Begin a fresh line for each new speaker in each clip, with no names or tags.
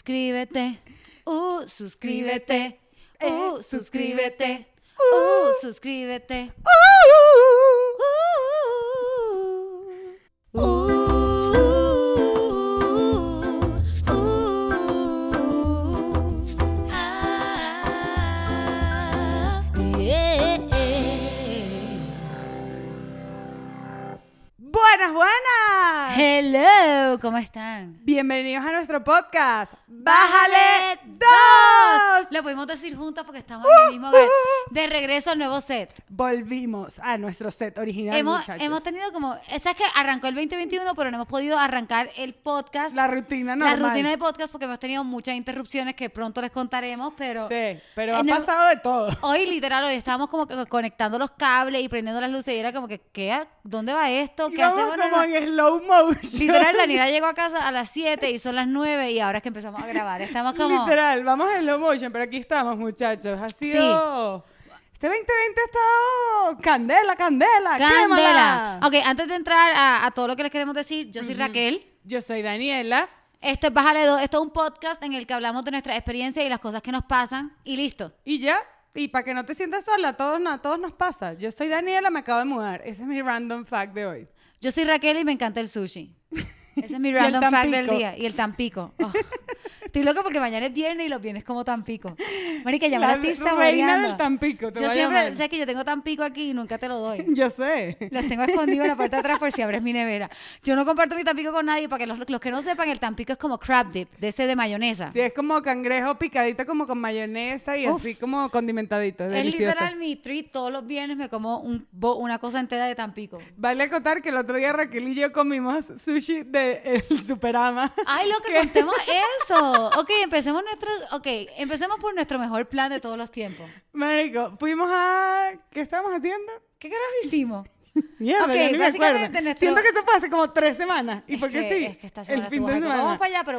Suscríbete. Uh, suscríbete.
Eh,
Uh, suscríbete.
uh,
Uh, suscríbete.
uh.
Uh, uh, uh, uh, ah, yeah.
Buenas, buenas.
Hello, ¿cómo están?
Bienvenidos a nuestro podcast. Bájale dos. Uh,
Lo pudimos decir juntas porque estamos en el mismo hogar. De regreso al nuevo set.
Volvimos a nuestro set original,
Hemos,
muchachos.
hemos tenido como. Esa es que arrancó el 2021, pero no hemos podido arrancar el podcast.
la rutina
la
normal.
rutina de podcast porque hemos tenido muchas interrupciones que pronto les contaremos, pero.
Sí, pero ha
en el-
pasado de todo.
Hoy literal, hoy estábamos como que conectando los cables y prendiendo las luces y era como que, ¿qué? ha- ¿Dónde va esto?
Y
¿Qué
vamos
hacemos? No,
como
no.
en slow motion.
Literal, Daniela llegó a casa a las 7 y son las 9 y ahora es que empezamos a grabar. Estamos como...
Literal, vamos en slow motion, pero aquí estamos, muchachos. Ha sido. Este 2020 ha estado. Candela, candela,
Candela.
quémala.
Ok, antes de entrar a, a todo lo que les queremos decir, yo soy Raquel.
Yo soy Daniela.
Esto es Bájale 2. Esto es un podcast en el que hablamos de nuestra experiencia y las cosas que nos pasan. Y listo.
Y ya, y para que no te sientas sola, a todos, no- a todos nos pasa. Yo soy Daniela, me acabo de mudar. Ese es mi random fact de hoy.
Yo soy Raquel y me encanta el sushi. Ese es mi
Y el
random fact del
Tampico.
día. Y el Tampico. Oh. Estoy loca porque mañana es viernes y los viernes como Tampico. Marica, ya me
La
la estoy
reina
saboreando.
del Tampico, te
Yo
voy a
siempre,
llamar.
sé que yo tengo Tampico aquí y nunca te lo doy.
Yo sé.
Los tengo escondidos en la parte de atrás por si abres mi nevera. Yo no comparto mi Tampico con nadie. Para que los, los que no sepan, el Tampico es como crab dip, de ese de mayonesa.
Sí, es como cangrejo picadito como con mayonesa y
Uf.
así como condimentadito. Es
es
delicioso.
literal mi treat. Todos los viernes me como un bo- una cosa entera de Tampico.
Vale acotar que el otro día Raquel y yo comimos sushi de el Superama.
Ay, lo que
¿Qué?
contemos eso. Ok, empecemos nuestro, ok, empecemos por nuestro mejor plan de todos los tiempos.
Marico, fuimos a... ¿Qué estábamos haciendo?
¿Qué carajo hicimos?
Mierda,
Ok,
ya ni me acuerdo.
básicamente nuestro-
Siento que eso fue hace como tres semanas. ¿Y
Es
por qué
que-
sí?
Es que esta
El
semana
fin
estuvo
de
reto.
semana.
Vamos para allá, pero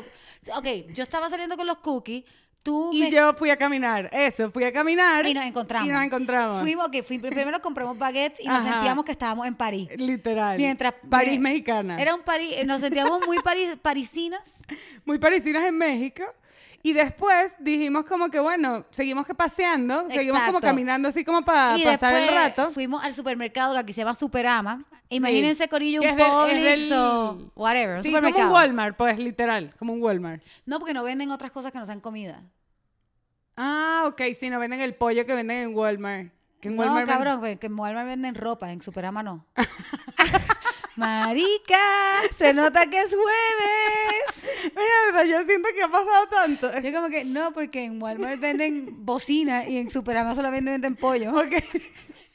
ok, yo estaba saliendo con los cookies, tú
Y
me-
yo fui a caminar, eso, fui a caminar.
y nos encontramos.
Y nos encontramos.
Fuimos, que primero compramos baguettes y nos
Ajá.
sentíamos que estábamos en París.
Literal.
Mientras
París
me-
mexicana.
Era un París, eh, nos sentíamos muy pari- parisinas.
Muy parisinas en México. Y después dijimos como que, bueno, seguimos que paseando, seguimos como
Exacto.
caminando así como para
y
pasar el
después
rato.
fuimos al supermercado que aquí se llama Superama.
Sí.
Imagínense, Corillo, un
Que es del- es
Publix
del-
o whatever, un
Sí, como
supermercado.
un Walmart, pues, literal, como un Walmart.
No, porque no venden otras cosas que no sean comida.
Ah, ok, sí, no venden el pollo que venden en Walmart. Que en
No,
Walmart venden-
cabrón, porque en Walmart venden ropa, en Superama no. Marica, se nota que es jueves.
Mierda, yo siento que ha pasado tanto.
Yo como que, no, porque en Walmart venden bocina y en Superama solamente venden pollo.
Ok.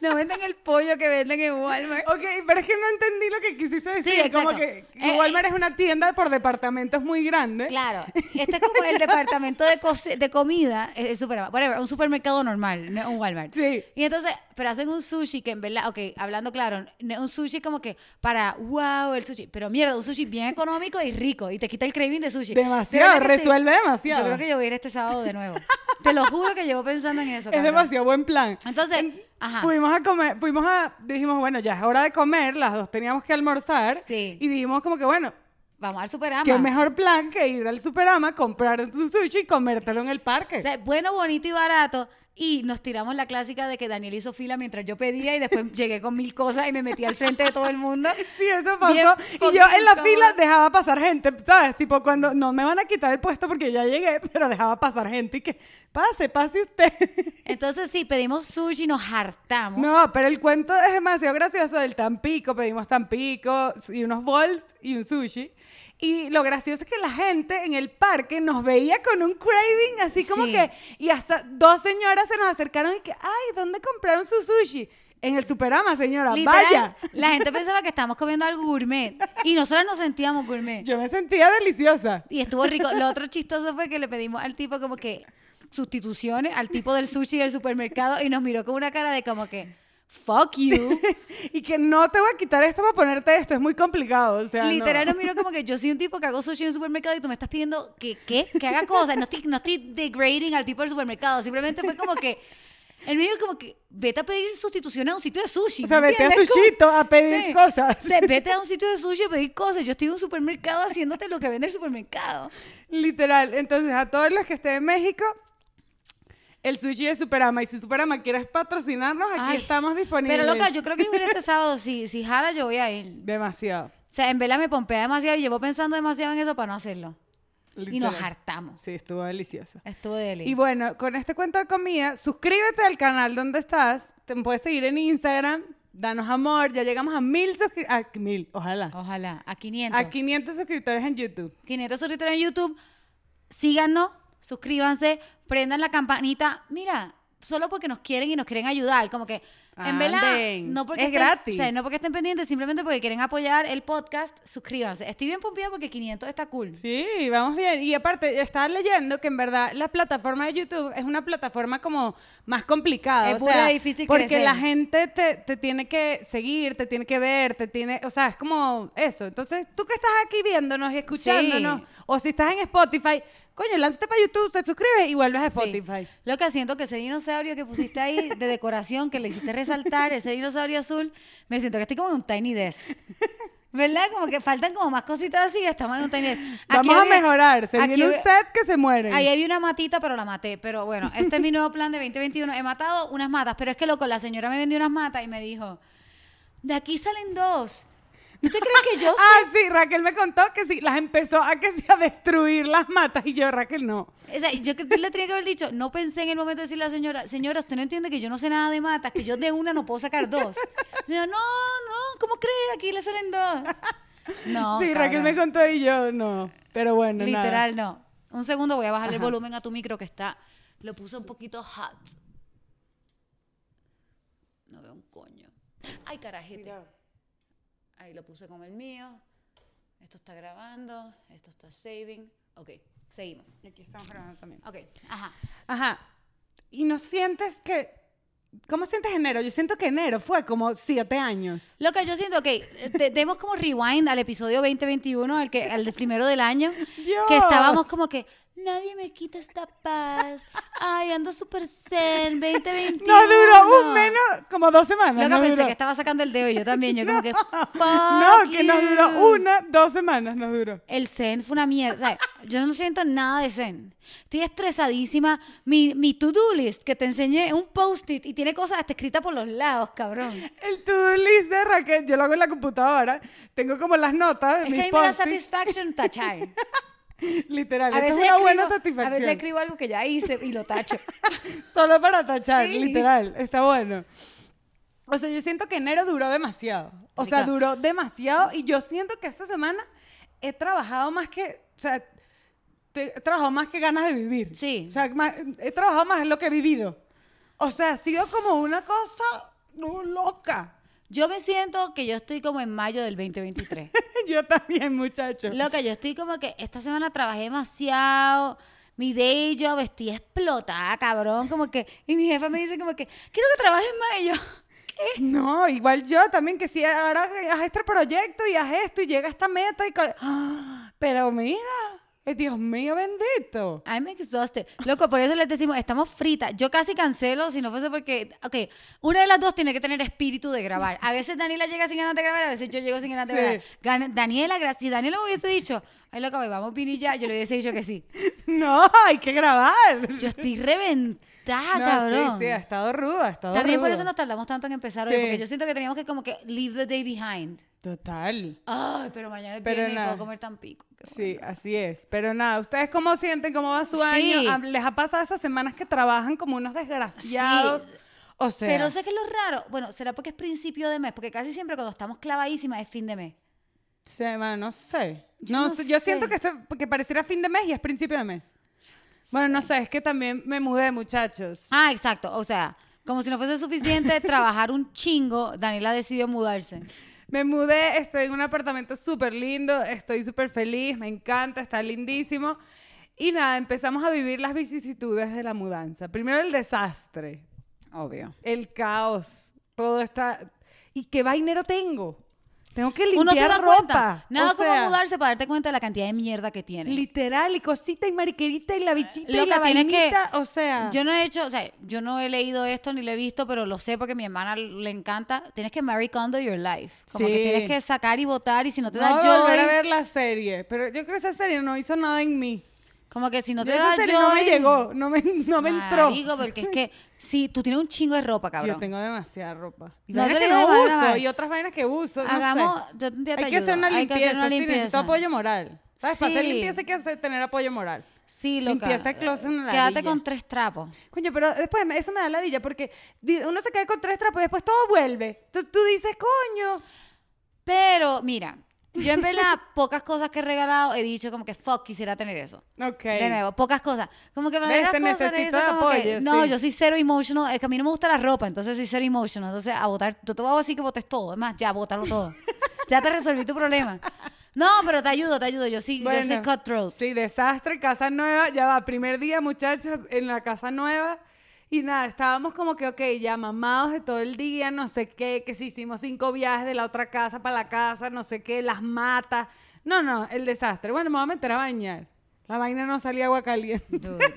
No venden el pollo que venden en Walmart.
Ok, pero es que no entendí lo que quisiste decir. Como
exacto.
que
Eh,
Walmart es una tienda por departamentos muy grande.
Claro, este es como el departamento de, cose- de comida, eh, el el Superama, whatever, un supermercado normal, no es un Walmart.
Sí.
Y entonces, pero hacen un sushi que en verdad, ok, hablando claro, no es un sushi como que para, wow, el sushi, pero mierda, un sushi bien económico y rico y te quita el craving de sushi.
Demasiado,
De verdad que estoy-
resuelve demasiado.
Yo creo que yo voy a ir este sábado de nuevo. te lo juro que llevo pensando en eso.
es
cabrón.
demasiado pues, buen plan.
Entonces, ajá.
Fuimos a comer, fuimos a, dijimos, bueno, ya es hora de comer, las dos teníamos que almorzar.
Sí.
Y dijimos como que, bueno,
Vamos al Superama.
qué mejor plan que ir al Superama, comprar tu sushi y comértelo en el parque.
O sea, bueno, bonito y barato. Y nos tiramos la clásica de que Daniel hizo fila mientras yo pedía y después llegué con mil cosas y me metí al frente de todo el mundo.
Sí, eso
Bien
pasó. Y yo en la
poquito.
fila dejaba pasar gente, ¿sabes? Tipo, cuando no me van a quitar el puesto porque ya llegué, pero dejaba pasar gente y que, pase, pase usted.
Entonces sí, pedimos sushi, nos hartamos.
No, pero el cuento es demasiado gracioso del Tampico. Pedimos Tampico y unos bowls y un sushi. Y lo gracioso es que la gente en el parque nos veía con un craving, así como
Sí.
que. Y hasta dos señoras se nos acercaron y que, ay, ¿dónde compraron su sushi? En el Superama, señora,
Literal,
vaya.
La gente pensaba que estábamos comiendo algo gourmet y nosotros nos sentíamos gourmet.
Yo me sentía deliciosa.
Y estuvo rico. Lo otro chistoso fue que le pedimos al tipo como que sustituciones al tipo del sushi del supermercado y nos miró con una cara de como que fuck you.
Y que no te voy a quitar esto para ponerte esto, es muy complicado. O sea, no.
Literal nos miró como que yo soy un tipo que hago sushi en un supermercado y tú me estás pidiendo que, ¿qué? que haga cosas. No estoy, no estoy degrading al tipo del supermercado. Simplemente fue como que El mío como que vete a pedir sustitución a un sitio de sushi.
O sea,
¿me
vete a
entiendes? Como-
Sushito a pedir
Sí.
cosas.
O sea, vete a un sitio de sushi a pedir cosas. Yo estoy en un supermercado haciéndote lo que vende el supermercado.
Literal. Entonces, a todos los que estén en México, el sushi de Superama. Y si Superama quieres patrocinarnos, aquí
Ay,
estamos disponibles.
Pero loca, yo creo que yo voy a ir este sábado. Si, si jala, yo voy a ir.
Demasiado.
O sea, en vela me pompea demasiado y llevo pensando demasiado en eso para no hacerlo. Y nos
Literal.
hartamos.
Sí, estuvo delicioso.
Estuvo de
Y bueno, con este cuento de comida, suscríbete al canal donde estás. Te puedes seguir en Instagram. Danos amor. Ya llegamos a mil suscriptores. A mil, ojalá.
Ojalá. A 500.
A 500 suscriptores en YouTube.
500 suscriptores en YouTube. Síganos, suscríbanse, prendan la campanita. Mira, solo porque nos quieren y nos quieren ayudar. Como que, en verdad,
Anden.
no porque
Es
estén,
gratis.
o sea, no porque estén pendientes, simplemente porque quieren apoyar el podcast, suscríbanse. Estoy bien pompida porque 500 está cool.
Sí, vamos bien. Y aparte, estaba leyendo que en verdad la plataforma de YouTube es una plataforma como más complicada.
Es
o
burda
sea,
difícil
Porque
crecer.
la gente te, te tiene que seguir, te tiene que ver, te tiene. O sea, es como eso. Entonces, tú que estás aquí viéndonos y escuchándonos,
Sí.
o si estás en Spotify, coño, lánzate para YouTube, te suscribes y vuelves a Spotify.
Lo que siento que ese dinosaurio que pusiste ahí de decoración, que le hiciste resaltar, ese dinosaurio azul, me siento que estoy como en un tiny desk. ¿Verdad? Como que faltan como más cositas así, estamos en un tiny desk. Aquí
Vamos a
había-
mejorar. Se
aquí
viene un
había-
set que se muere.
Ahí había una matita, pero la maté. Pero bueno, este es mi nuevo plan de 2021. He matado unas matas, pero es que loco, la señora me vendió unas matas y me dijo, de aquí salen dos. ¿Tú te crees que yo
Ah,
sé?
sí, Raquel me contó que sí, las empezó a que sí, a destruir las matas y yo, Raquel, no.
O sea, yo que le tenía que haber dicho, no pensé en el momento de decirle a la señora, señora, usted no entiende que yo no sé nada de matas, que yo de una no puedo sacar dos. Me dijo, no, no, ¿cómo crees? Aquí le salen dos. No,
sí, Raquel
cabrón.
me contó y yo, no. Pero bueno, nada.
Literal, no. Un segundo, voy a bajar el
Ajá.
volumen a tu micro que está. Lo puse un poquito hot. No veo un coño. Ay, carajete. Ahí lo puse con el mío. Esto está grabando. Esto está saving. Ok, seguimos.
Aquí estamos grabando también.
Ok, ajá.
Ajá. Y no sientes que. ¿Cómo sientes enero? Yo siento que enero fue como siete años.
Lo que yo siento, ok, te- demos como rewind al episodio 2021, al, que, al de primero del año, que estábamos como que, nadie me quita esta paz, ay, ando súper zen, 2021.
No duró un menos, como dos semanas.
Loca,
no
pensé
duró.
que estaba sacando el dedo y yo también. Yo como que, fuck
No, que nos
you".
duró una, dos semanas nos duró.
El zen fue una mierda. O sea, yo no siento nada de zen. Estoy estresadísima. Mi, mi to-do list que te enseñé es un post-it y tiene cosas hasta escritas por los lados, cabrón.
El to-do list de Raquel, yo lo hago en la computadora. Tengo como las notas.
Es
mis
que a mí me da
post-its.
satisfaction tachar.
Literal,
A
eso
veces,
es una buena
escribo, a
satisfacción.
veces escribo algo que ya hice y lo tacho.
Solo para tachar,
Sí.
literal, está bueno. O sea, yo siento que enero duró demasiado. O sea,
Marica.
duró demasiado y yo siento que esta semana he trabajado más que, o sea, te- he trabajado más que ganas de vivir.
Sí.
O sea, más- he trabajado más en lo que he vivido. O sea, ha sido como una cosa no, loca.
Yo me siento que yo estoy como en mayo del 2023.
Yo también, muchacho.
Loca, yo estoy como que esta semana trabajé demasiado. Mi day job estoy explotada, cabrón. Como que. Y mi jefa me dice como que, quiero que trabajes más. Y yo,
No, igual yo también que si ahora haz este proyecto y haz esto y llega a esta meta y... co- ¡Ah! Pero mira, eh, Dios mío bendito.
I'm exhausted. Loco, por eso les decimos, estamos fritas. Yo casi cancelo si no fuese porque. Ok, una de las dos tiene que tener espíritu de grabar. A veces Daniela llega sin ganas de grabar, a veces yo llego sin ganas de
Sí.
grabar. Gan- Daniela, gra- si Daniela me hubiese dicho, ay, loca, me vamos bien y ya, yo le hubiese dicho que sí.
No, hay que grabar.
Yo estoy reventada,
No,
Ah, cabrón.
Sí, sí, ha estado ruda, ha estado
También por
ruda.
eso nos tardamos tanto en empezar
Sí.
hoy, porque yo siento que teníamos que como que leave the day behind.
Total.
Ay, pero mañana es
Pero
viernes y
nada.
puedo comer tan pico. Qué
Sí, así es. Pero nada, ¿ustedes cómo sienten? ¿Cómo va su
Sí.
año? Ah, ¿Les ha pasado esas semanas que trabajan como unos desgraciados?
Sí.
O sea,
Pero sé que es lo raro. Bueno, será porque es principio de mes, porque casi siempre cuando estamos clavadísimas es fin de mes.
semana, no sé.
Yo
no
no
sé, Yo siento
sé.
que, esto, que pareciera fin de mes y es principio de mes. Bueno, no sé, es que también me mudé, muchachos.
Ah, exacto. O sea, como si no fuese suficiente trabajar un chingo, Daniela decidió mudarse.
Me mudé, estoy en un apartamento súper lindo, estoy súper feliz, me encanta, está lindísimo. Y nada, empezamos a vivir las vicisitudes de la mudanza. Primero el desastre,
Obvio.
el caos, todo está... ¿Y qué vainero tengo? Tengo que
Uno se
limpiar
da
ropa.
cuenta. Nada
o
como
sea,
mudarse para darte cuenta de la cantidad de mierda que tiene.
Literal, y cosita, y mariquerita, y la bichita,
Lo
y la
que tienes que-
vainita, o sea...
Yo no he hecho, o sea, yo no he leído esto ni lo he visto, pero lo sé porque a mi hermana le encanta. Tienes que marry condo your life. Como que
Sí.
tienes que sacar y votar y si no te
no
da
voy a volver a
joy,
ver la serie, pero yo creo que esa serie no hizo nada en mí.
como que si no te
Yo esa
da joy,
serie no me llegó, no me, no me entró.
Marico, porque es que si tú tienes un chingo de ropa, cabrón.
Yo tengo demasiada ropa. Y
No, yo
vainas que
le
no
digo,
uso,
vale, vale.
y otras vainas que uso, no sé.
Hagamos, yo un día te
Hay que hacer
ayudo.
una
Hay que
limpieza,
hacer una
sí, necesito
limpieza.
apoyo moral. ¿Sabes? Para hacer
Sí.
limpieza hay que hacer- tener apoyo moral.
Sí, loca.
Limpieza de closet en la
Quédate
ladilla.
con tres trapos.
Coño, pero después me- eso me da ladilla porque di- uno se cae con tres trapos y después todo vuelve. Entonces tú dices, coño.
Pero, mira, yo en verdad, pocas cosas que he regalado he dicho como que fuck, quisiera tener eso.
Ok.
De nuevo, pocas cosas. Como que para
Ves,
las
te
cosas de eso,
necesito de
como que,
apoyo,
No,
sí.
yo soy cero emotional. Es que a mí no me gusta la ropa, entonces soy cero emotional. Entonces, a votar, yo te voy a decir que votes todo. Es más, ya, bótalo todo. ya te resolví tu problema. No, pero te ayudo, te ayudo. Yo sí, yo soy
Bueno,
cutthroat.
Sí, desastre, casa nueva, ya va, primer día muchachos en la casa nueva. Y nada, estábamos como que, ok, ya mamados de todo el día, no sé qué, que si hicimos cinco viajes de la otra casa para la casa, no sé qué, las matas. No, no, el desastre. Bueno, me voy a meter a bañar. La vaina no salía agua caliente.
Dude,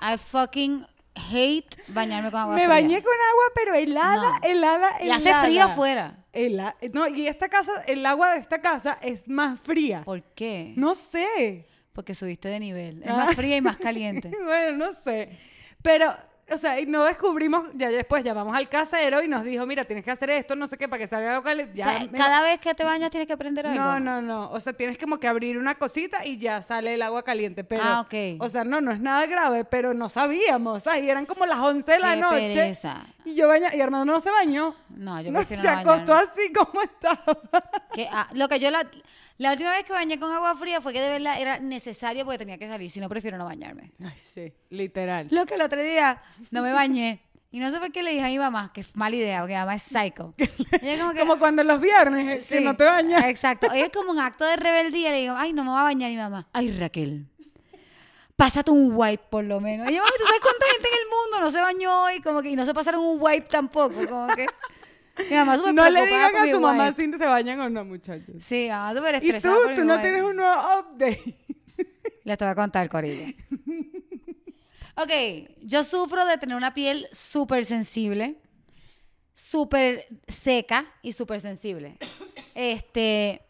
I fucking hate bañarme con agua
me
fría.
bañé con agua, pero helada,
No.
helada, helada.
Y hace frío afuera.
Hela- no, y esta casa, el agua de esta casa es más fría.
¿Por qué?
No sé.
Porque subiste de nivel. Es
Ah.
más fría y más caliente.
bueno, no sé. Pero, o sea, y no descubrimos, ya después llamamos al casero y nos dijo, mira, tienes que hacer esto, no sé qué, para que salga algo cali-
O
Ya,
sea,
mira.
cada vez que te bañas tienes que aprender algo.
No, no, no. O sea, tienes como que abrir una cosita y ya sale el agua caliente. Pero,
Ah, ok.
O sea, no, no es nada grave, pero no sabíamos. ¿sabes? Y eran como las 11 de la
Qué
noche.
pereza.
Y yo baña, y Armando no se bañó.
No, yo
No,
prefiero
se
no bañarme.
acostó así como estaba.
Que, ah, lo que yo la, la última vez que bañé con agua fría fue que de verdad era necesario porque tenía que salir, si no prefiero no bañarme.
Ay, sí, literal.
Lo que el otro día no me bañé. Y no sé por qué le dije a mi mamá, que es mala idea, porque mi mamá es psycho. Ella como que,
Como cuando los viernes, eh, que
sí,
no te bañas.
Exacto. Ella es como un acto de rebeldía. Le digo, ay, no me va a bañar mi mamá. Ay, Raquel, pásate un wipe por lo menos. Y yo, mami, ¿tú sabes cuánta gente en el mundo no se bañó y como que y no se pasaron un wipe tampoco? Como que mi mamá es súper
No le
preocupada
digan
por
a
mi
tu mamá
wipe.
si se bañan o no, muchachos.
Sí, mi mamá súper
Y tú,
estresada por mi
tú no
wipe.
tienes un nuevo update.
Les te voy a contar, Corilla. Ok, yo sufro de tener una piel súper sensible, súper seca y súper sensible. Este,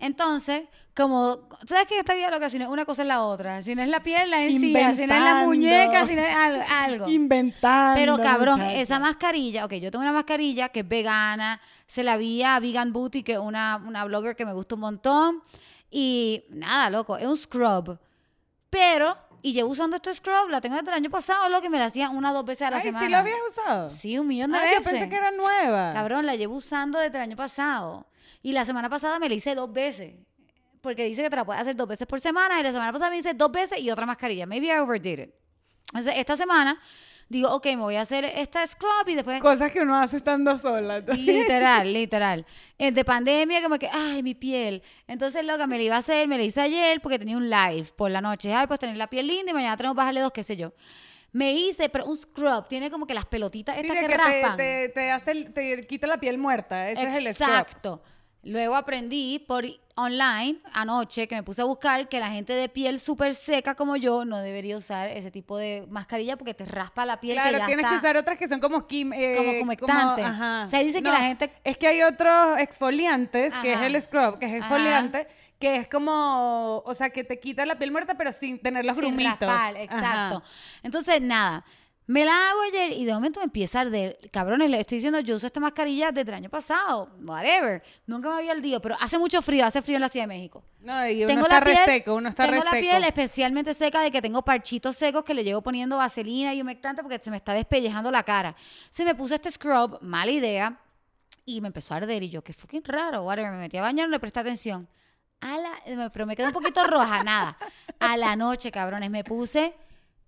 entonces, como, ¿tú ¿sabes que en esta vida lo que si no es una cosa es la otra? Si no es la piel, la encía, si no es la
Inventando.
muñeca, si no es algo. algo.
Inventando.
Pero cabrón,
muchacha.
esa mascarilla, ok, yo tengo una mascarilla que es vegana, se la vi a Vegan Booty, que es una, una blogger que me gusta un montón, y nada, loco, es un scrub. Pero, y llevo usando este scrub, la tengo desde el año pasado, loco, que me la hacía una o dos veces a la
Ay,
semana.
¿sí la habías usado?
Sí, un millón de
Ay, yo
veces.
pensé que era nueva.
Cabrón, la llevo usando desde el año pasado. Y la semana pasada me la hice dos veces. Porque dice que te la puedes hacer dos veces por semana. Y la semana pasada me hice dos veces y otra mascarilla. Maybe I overdid it. Entonces, esta semana digo, ok, me voy a hacer esta scrub y después.
Cosas que uno hace estando sola.
Literal, literal. Eh, De pandemia, como que, ay, mi piel. Entonces, loca, me la iba a hacer, me la hice ayer porque tenía un live por la noche. Ay, pues tener la piel linda y mañana tenemos que bajarle dos, qué sé yo. Me hice, pero un scrub, tiene como que las pelotitas
Sí,
estas
de
que,
que
raspan.
te, te, te hace el- te quita la piel muerta. Ese es el scrub.
Exacto. Luego aprendí por online anoche que me puse a buscar que la gente de piel súper seca como yo no debería usar ese tipo de mascarilla porque te raspa la piel. que
Claro,
ya
tienes que
está-
usar otras que son como quim, eh,
Como humectante. O sea, dice que la gente-
Es que hay otros exfoliantes, que es
Ajá.
el scrub, que es
Ajá.
exfoliante, que es como, o sea, que te quita la piel muerta, pero sin tener los
sin
grumitos.
raspar,
Ajá.
exacto. Entonces, nada. Me la hago ayer y de momento me empieza a arder. Cabrones, les estoy diciendo, yo uso esta mascarilla desde el año pasado. Whatever. Nunca me había al día, pero hace mucho frío, hace frío en la Ciudad de México.
No, y uno
tengo
está
la piel,
reseco, uno está
tengo
reseco.
la piel especialmente seca de que tengo parchitos secos que le llevo poniendo vaselina y humectante porque se me está despellejando la cara. Se me puso este scrub, mala idea, y me empezó a arder y yo, qué fucking raro, whatever, me metí a bañar, no le presté atención. A la, me- pero me quedé un poquito roja, nada. A la noche, cabrones, me puse,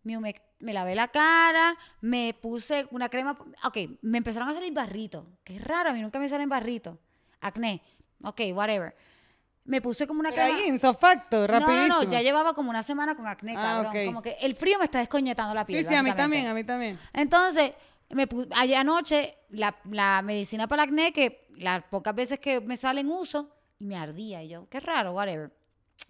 me, humec- me lavé la cara, me puse una crema, ok, me empezaron a salir barritos, que es raro, a mí nunca me salen barritos, acné, ok, whatever. Me puse como una
Pero
crema...
ahí, insofacto, rapidísimo.
No, no, no, ya llevaba como una semana con acné,
Ah,
cabrón.
ok.
Como que el frío me está descoñetando la piel.
Sí, sí, a mí
básicamente.
también, a mí también.
Entonces, me pu- ayer anoche, la, la medicina para el acné, que las pocas veces que me sale en uso, y me ardía. Y yo, qué raro, whatever.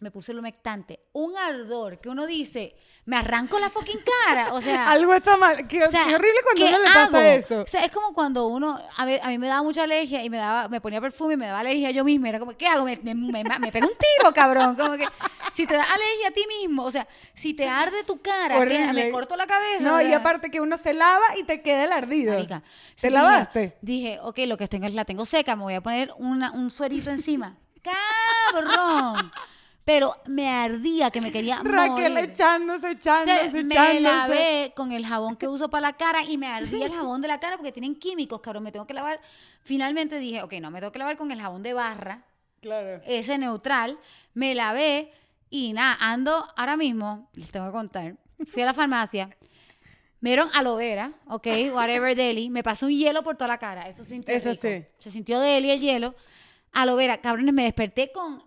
Me puse el humectante. Un ardor que uno dice, me arranco la fucking cara. O sea,
Algo está mal. Qué,
o sea,
qué horrible cuando
¿qué
uno le pasa
hago?
eso.
O sea, es como cuando uno, a ve- a mí, me daba mucha alergia y me daba, me ponía perfume y me daba alergia yo misma. Era como, ¿qué hago? Me, me, me- me pego un tiro, cabrón. Como que, si te da alergia a ti mismo, o sea, si te arde tu cara, ¿qué?
Horrible.
me corto la cabeza.
No,
o
y
sea,
aparte que uno se lava y te queda el ardido.
marica.
¿Te
Sí,
lavaste?
Dije, ok, lo que tengo es la tengo seca, me voy a poner una- un suerito encima. ¡Cabrón! Pero me ardía que me quería
Raquel
morir.
echándose,
O sea,
echándose,
me
echándose.
lavé con el jabón que uso para la cara y me ardía el jabón de la cara porque tienen químicos, cabrón, me tengo que lavar. Finalmente dije, ok, no, me tengo que lavar con el jabón de barra,
Claro.
ese neutral, me lavé y nada, ando ahora mismo, les tengo que contar, fui a la farmacia, me dieron aloe vera, ok, whatever deli, me pasó un hielo por toda la cara, eso se sintió
Eso
rico.
sí.
Se sintió deli el hielo, aloe vera, cabrones, me desperté con,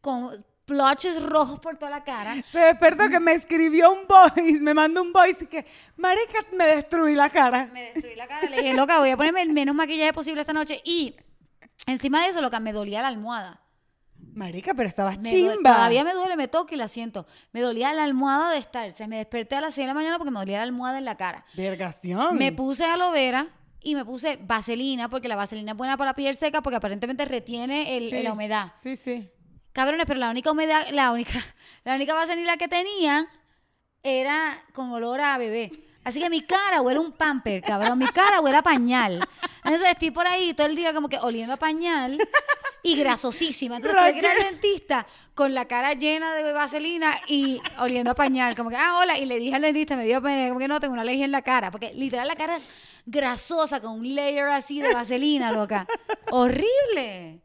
con plotches rojos por toda la cara.
Se despertó que me escribió un voice, me mandó un voice y que, marica, me destruí la cara.
me destruí la cara. Le dije, loca, voy a ponerme el menos maquillaje posible esta noche. Y encima de eso, loca, me dolía la almohada.
Marica, pero estabas
Me do-
chimba.
todavía me duele, me toca y la siento. Me dolía la almohada de estar. O sea, me desperté a las 6 de la mañana porque me dolía la almohada en la cara.
Vergación.
Me puse aloe vera y me puse vaselina porque la vaselina es buena para la piel seca porque aparentemente retiene el-
Sí.
la humedad.
Sí, sí.
Cabrones, pero la única humedad, la única, la única vaselina que tenía era con olor a bebé. Así que mi cara huele a un pamper, cabrón. Mi cara huele a pañal. Entonces estoy por ahí todo el día como que oliendo a pañal y grasosísima. Entonces tuve que ir al dentista con la cara llena de vaselina y oliendo a pañal. Como que, ah, hola. Y le dije al dentista, me dio pena, como que no, tengo una alergia en la cara. Porque literal la cara grasosa con un layer así de vaselina, loca. Horrible.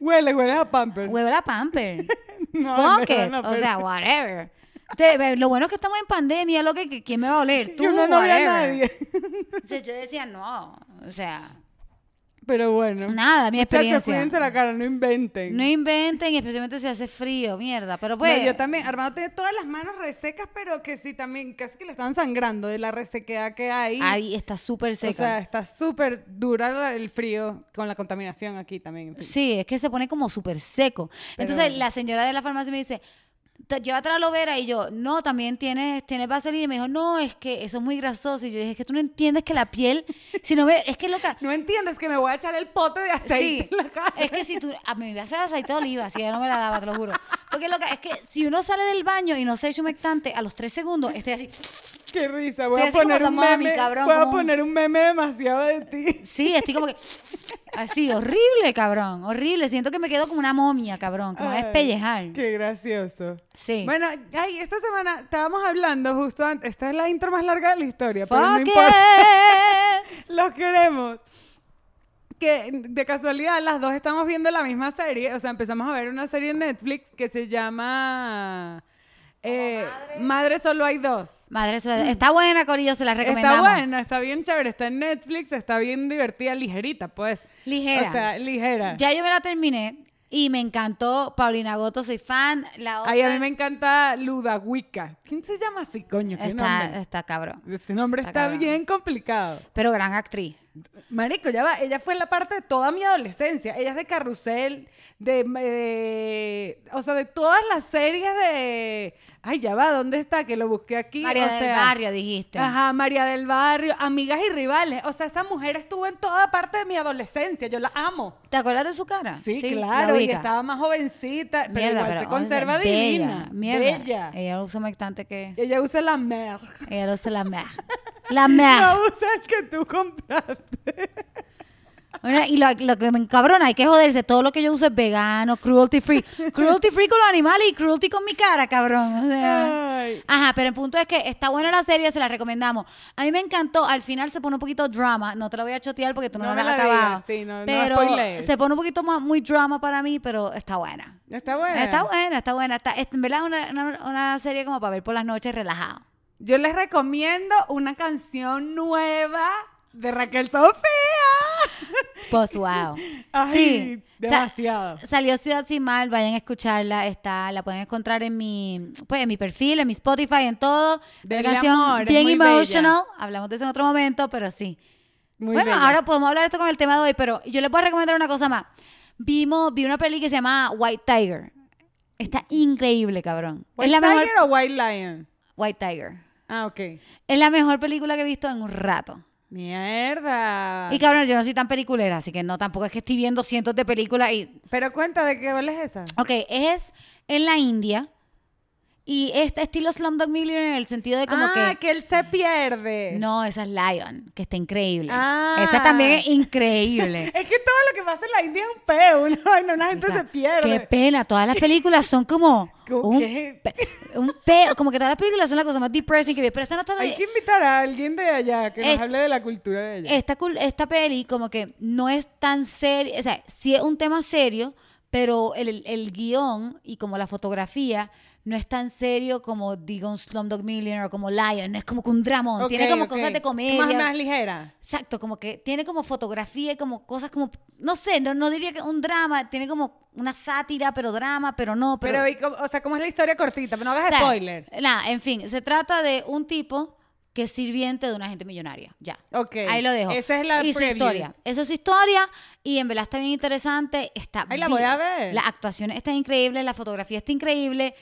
Huele, huele a pamper.
Huele a pamper.
No, en
Fuck
verdad
it.
no,
o
pero-
sea, whatever. Te- ve, lo bueno es que estamos en pandemia, lo que, que- ¿quién me va a oler? Tú,
yo no, no veo a
whatever.
nadie.
Entonces, yo decía, no, o sea,
Pero bueno.
nada, mi
Muchachos,
experiencia.
cuídense la cara, no inventen.
No inventen, especialmente si hace frío, mierda. Pero
No,
pues,
yo también, Armando tiene todas las manos resecas, pero que sí, también casi que le están sangrando de la resequedad que hay.
ahí está súper
o sea,
seca.
está súper dura la- el frío con la contaminación aquí también. en fin.
sí, es que se pone como súper seco. Entonces,
bueno.
la señora de la farmacia me dice, "Te- llévate la aloe vera. Y yo, no, también tienes, tienes vaselina. Y me dijo, no, es que eso es muy grasoso. Y yo dije, es que tú no entiendes que la piel, si no ve, es que loca,
No entiendes que me voy a echar el pote de
Sí,
aceite en la cara.
es que si tú, a mí me iba a hacer aceite de oliva, si ella no me la daba, te lo juro. Porque loca, es que si uno sale del baño y no se echa humectante, a los tres segundos estoy así,
Qué risa, voy a
Estoy así como
poner un
Tommy,
meme.
cabrón,
voy a
como un-
poner un meme demasiado de ti.
sí, estoy como que, así, horrible, cabrón, horrible. Siento que me quedo como una momia, cabrón, que me voy a
Ay,
despellejar.
Qué gracioso.
Sí.
Bueno, ay, esta semana estábamos hablando justo antes. Esta es la intro más larga de la historia, pero no
Fuck
importa.
it.
Los queremos. Que de casualidad las dos estamos viendo la misma serie. O sea, empezamos a ver una serie en Netflix que se llama eh, madre. Solo Hay Dos.
Madre, se la- está buena, Corillo, se la recomendamos.
Mm. Está buena, está bien chévere, está en Netflix, está bien divertida, ligerita, pues.
Ligera.
O sea, ligera.
Ya yo me la terminé y me encantó. Paulina Goto, soy fan. La otra
Ay, a mí me encanta Ludahuica. ¿Quién se llama así, coño? ¿Qué
está,
nombre?
está cabrón,
Ese nombre
está
está
cabrón.
bien complicado.
pero gran actriz.
Marico, ya va, ella fue la parte de toda mi adolescencia. Ella es de Carrusel, de, de- o sea, de todas las series de, ay, ya va, ¿dónde está? Que lo busqué aquí.
María
o
del
sea,
Barrio, dijiste.
Ajá, María del Barrio, amigas y rivales. O sea, esa mujer estuvo en toda parte de mi adolescencia. Yo la amo.
¿Te acuerdas de su cara?
Sí,
la
claro. Y
ubica.
estaba más jovencita, pero
Mierda,
igual se
pero, o sea,
conserva
bella,
divina.
Mierda. Eh.
Bella.
Ella usa humectante que.
Ella usa la merda.
Ella lo usa la mer. La mer.
No usa el que tú compraste.
Mira, y lo, lo que me encabrona, hay que joderse. Todo lo que yo uso es vegano, cruelty free. Cruelty free con los animales y cruelty con mi cara, cabrón. O sea.
Ay.
Ajá, pero el punto es que está buena la serie, se la recomendamos. A mí me encantó, al final se pone un poquito drama, no te la voy a chotear porque tú no, la
No me
has
la digas,
acabado.
sí, no- no
pero
spoilees.
se pone un poquito más, muy drama para mí, pero está buena.
Está buena.
Está buena, está buena. Está, es, en verdad, una, una, una serie como para ver por las noches relajado.
Yo les recomiendo una canción nueva de Raquel Sofía.
Pues, wow.
Ay,
sí. sa-
demasiado.
salió Ciudad Sin Mal, vayan a escucharla. Está, la pueden encontrar en mi, pues, en mi perfil, en mi Spotify, en todo. Una
Denle
canción
amor, es
bien
muy
emotional. Hablamos de eso en otro momento, pero sí.
Muy
bueno,
bella.
ahora podemos hablar de esto con el tema de hoy, pero yo les puedo recomendar una cosa más. Vimos, vi una peli que se llama White Tiger. Está increíble, cabrón.
¿White
es la
Tiger
mejor
o White Lion?
White Tiger.
Ah, ok.
Es la mejor película que he visto en un rato.
Mierda.
Y cabrón, yo no soy tan peliculera, así que no, tampoco es que estoy viendo cientos de películas y
Pero cuenta de qué bola es esa.
Ok, es en la India y este estilo Slumdog Millionaire en el sentido de como
ah,
que...
que... él se pierde.
No, esa es Lion, que está increíble.
Ah.
Esa también es increíble.
Es que todo lo que pasa en la India es un peo, una vaina, una gente se
Qué
pierde.
pena, todas las películas son como...
Como
un,
que-
pe- un peo, como que todas las películas son la cosa más depressing que vi, pero esta no está de-
Hay que invitar a alguien de allá que nos
Es-
hable de la cultura de allá.
esta, cul- esta peli como que no es tan seria, o sea, sí es un tema serio, pero el, el- el guión y como la fotografía no es tan serio como digo un Slumdog Millionaire o como Lion, no es como que un dramón, tiene
Ok,
como
ok.
cosas de
Más,
comedia.
más ligera.
Exacto, como que tiene como fotografía y como cosas como, no sé, no, no diría que un drama, tiene como una sátira, pero drama, pero no, pero...
Pero, y como- o sea, ¿cómo es la historia cortita? Pero no hagas
O sea,
spoiler.
Nada, en fin, se trata de un tipo que es sirviente de una gente millonaria, ya.
Ok.
Ahí lo dejo.
Esa es la
Y su
preview.
historia. Esa es su historia y en verdad está bien interesante. Está
Ay, la
bien-
voy a ver.
La actuación está increíble, la fotografía está increíble.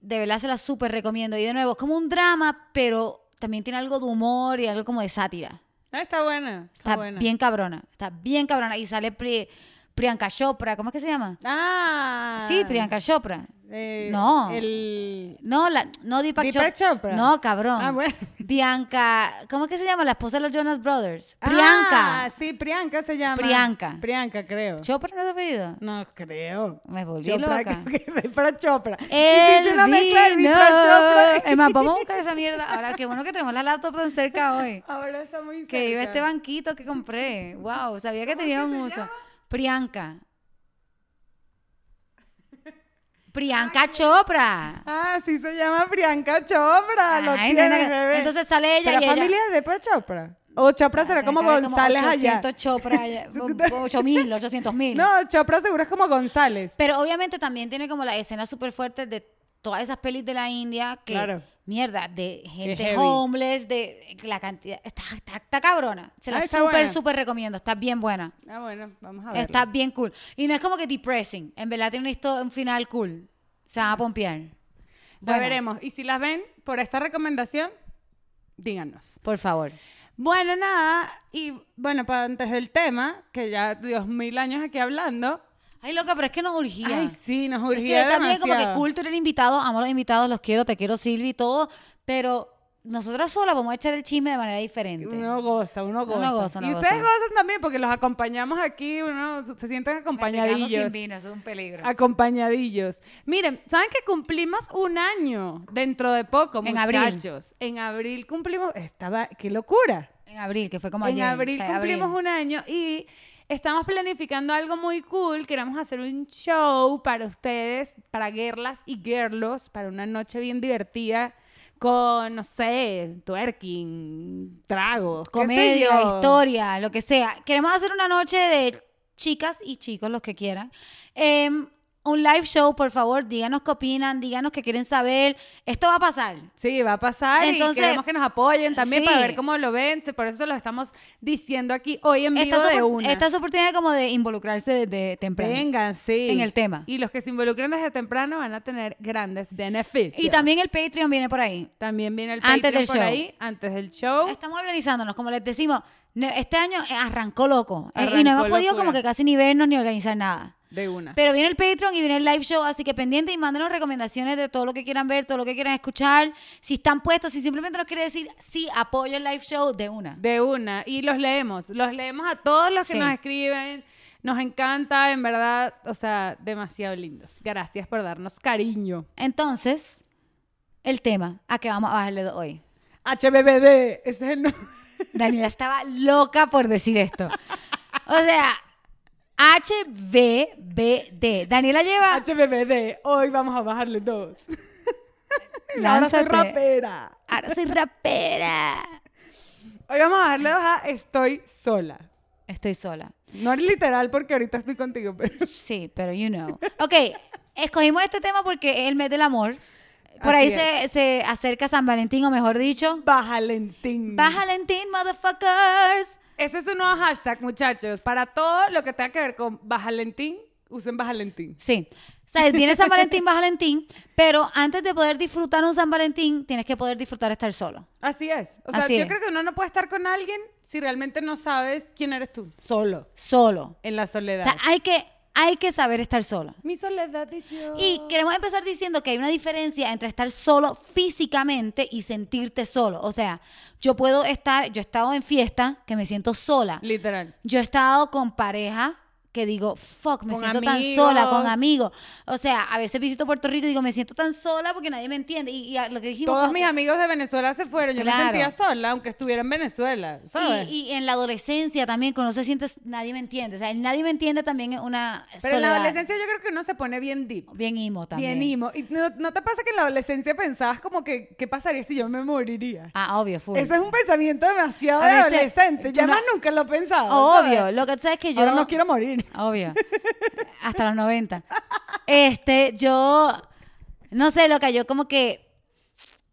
De verdad se la súper recomiendo. Y de nuevo, es como un drama, pero también tiene algo de humor y algo como de sátira.
Ah, está buena. Está,
Está,
buena.
bien cabrona. Está bien cabrona. Y sale Pri- Priyanka Chopra. ¿Cómo es que se llama?
Ah.
Sí, Priyanka Chopra.
Eh,
No.
El...
No, la, no Deepak,
Deepak
Chop-
Chopra.
No, cabrón.
Ah, bueno.
Bianca, ¿cómo es que se llama? La esposa de los Jonas Brothers.
Ah,
Priyanka.
sí, Priyanka se llama.
Priyanka.
Priyanka, creo.
Chopra no te ha pedido.
no creo.
Me volví
Chopra,
loca.
creo que es para Chopra.
El
Hiciste una mezcla de
vino.
Deepak Chopra.
Es más, vamos a buscar esa mierda. Ahora, qué bueno que tenemos la laptop tan cerca hoy.
Ahora está muy cerca.
Que iba este banquito que compré. Wow, sabía que tenía un uso. Priyanka. Priyanka Chopra.
Ah, sí se llama Priyanka Chopra. Ah, lo
Ay,
tiene,
nena,
bebé.
Entonces sale ella
¿Será
y ella. Ah,
familia de Deepak Chopra? O Chopra será
Tiene
como
que haber
González allá.
800 Chopra allá. 8 mil, 800 mil.
No, Chopra seguro es como González.
Pero obviamente también tiene como la escena súper fuerte de todas esas pelis de la India que,
Claro.
mierda, de gente
heavy.
homeless, de la cantidad. Está, está, está cabrona. Se
Ah,
la
está
súper,
buena.
súper recomiendo. Está bien buena.
Ah, bueno, vamos a ver.
Está bien cool. Y no es como que depressing. En verdad tiene una histo- un final cool. Se van a pompear.
Ya
Bueno,
veremos. Y si las ven por esta recomendación, díganos.
Por favor.
Bueno, nada. Y bueno, para antes del tema, que ya Dios mil años aquí hablando.
Ay, loca, pero es que nos urgía.
Ay, sí, nos
Es que
urgía
también como que
demasiado.
cool tener invitados, amo a los invitados, los quiero, te quiero Silvi, todo, pero nosotras solas vamos a echar el chisme de manera diferente.
Uno goza, uno goza.
goza, uno
y ustedes
goza.
gozan también porque los acompañamos aquí, uno se sienten
Me estoy quedando
acompañadillos.
sin vino, eso es un peligro.
Acompañadillos. Miren, ¿saben que cumplimos un año dentro de poco,
En abril.
muchachos? En abril cumplimos, estaba, qué locura.
En abril, que fue como
en
ayer.
abril cumplimos un año y estamos planificando algo muy cool. Queremos hacer un show para ustedes, para guerlas y guerlos, para una noche bien divertida con, no sé, twerking, tragos, qué sé
Comedia,
yo.
historia, lo que sea. Queremos hacer una noche de chicas y chicos, los que quieran. Em, un live show, por favor, díganos qué opinan, díganos qué quieren saber. Esto va a pasar.
Sí, va a pasar y
Entonces-
queremos que nos apoyen también para
Sí.
ver cómo lo ven. Por eso se lo estamos diciendo aquí hoy en vivo
Esta es,
de
opor-
una.
esta es oportunidad como de involucrarse desde temprano.
Vengan, sí.
en el tema.
Y los que se involucran desde temprano van a tener grandes beneficios.
Y también el Patreon viene por ahí.
También viene el
Antes
Patreon
del
por
show.
ahí, antes del show.
Estamos organizándonos, como les decimos, ne- este año eh, arrancó loco. eh, y no
Arrancó
hemos podido
locura.
como que casi ni vernos ni organizar nada.
De una.
Pero viene el Patreon y viene el live show, así que pendiente y mándenos recomendaciones de todo lo que quieran ver, todo lo que quieran escuchar. Si están puestos, si simplemente nos quiere decir, sí, apoyo el live show de una.
De una. Y los leemos. Los leemos a todos los que
Sí.
nos escriben. Nos encanta, en verdad. O sea, demasiado lindos. Gracias por darnos cariño.
Entonces, el tema a que vamos a bajarle do- hoy.
HBBD. Ese es el nombre.
Daniela estaba loca por decir esto. O sea, HBBD. Daniela lleva...
HBBD. Hoy vamos a bajarle dos. Y Ahora soy
Lánzate.
rapera.
Ahora soy rapera.
Hoy vamos a bajarle dos a Estoy sola.
Estoy sola.
No es literal porque ahorita estoy contigo, pero.
Sí, pero you know. Ok, escogimos este tema porque es el mes del amor. Por
Así
ahí se, se acerca San Valentín, o mejor dicho,
Bajalentín.
Valentín, motherfuckers.
Ese es un nuevo hashtag, muchachos. Para todo lo que tenga que ver con Bajalentín, usen Bajalentín.
Sí. O sea, viene San Valentín, San Valentín, pero antes de poder disfrutar un San Valentín, tienes que poder disfrutar estar solo.
Así es. O sea,
Así
yo
es.
creo que uno no puede estar con alguien si realmente no sabes quién eres tú. Solo.
Solo.
En la
O
soledad.
sea, ah. hay que, hay que saber estar solo.
Mi soledad y yo.
Y queremos empezar diciendo que hay una diferencia entre estar solo físicamente y sentirte solo. O sea, yo puedo estar, yo he estado en fiesta que me siento sola.
Literal.
Yo he estado con pareja que digo, fuck, me
Con
siento tan sola con amigos.
amigos.
O sea, a veces visito Puerto Rico y digo, me siento tan sola porque nadie me entiende. Y, y a- lo que dijimos...
Todos
como
mis
que-
amigos de Venezuela se fueron. Yo
Claro.
me sentía sola, aunque estuviera en Venezuela. ¿Sabes?
Y, y en la adolescencia también, cuando se siente, nadie me entiende. O sea, el nadie me entiende también es una
Pero en la
soledad.
adolescencia yo creo que uno se pone bien deep.
Bien imo también.
Bien imo. ¿Y no, no te pasa que en la adolescencia pensabas como que, ¿qué pasaría si yo me moriría?
Ah, obvio, full.
Ese es un pensamiento demasiado
A
de
veces,
adolescente.
yo
Ya
no-
más nunca lo he pensado. ¿sabes?
Obvio, lo que tú sabes que yo...
Ahora no quiero morir.
Obvio. Hasta los 90. Este, yo, no sé, loca, yo como que,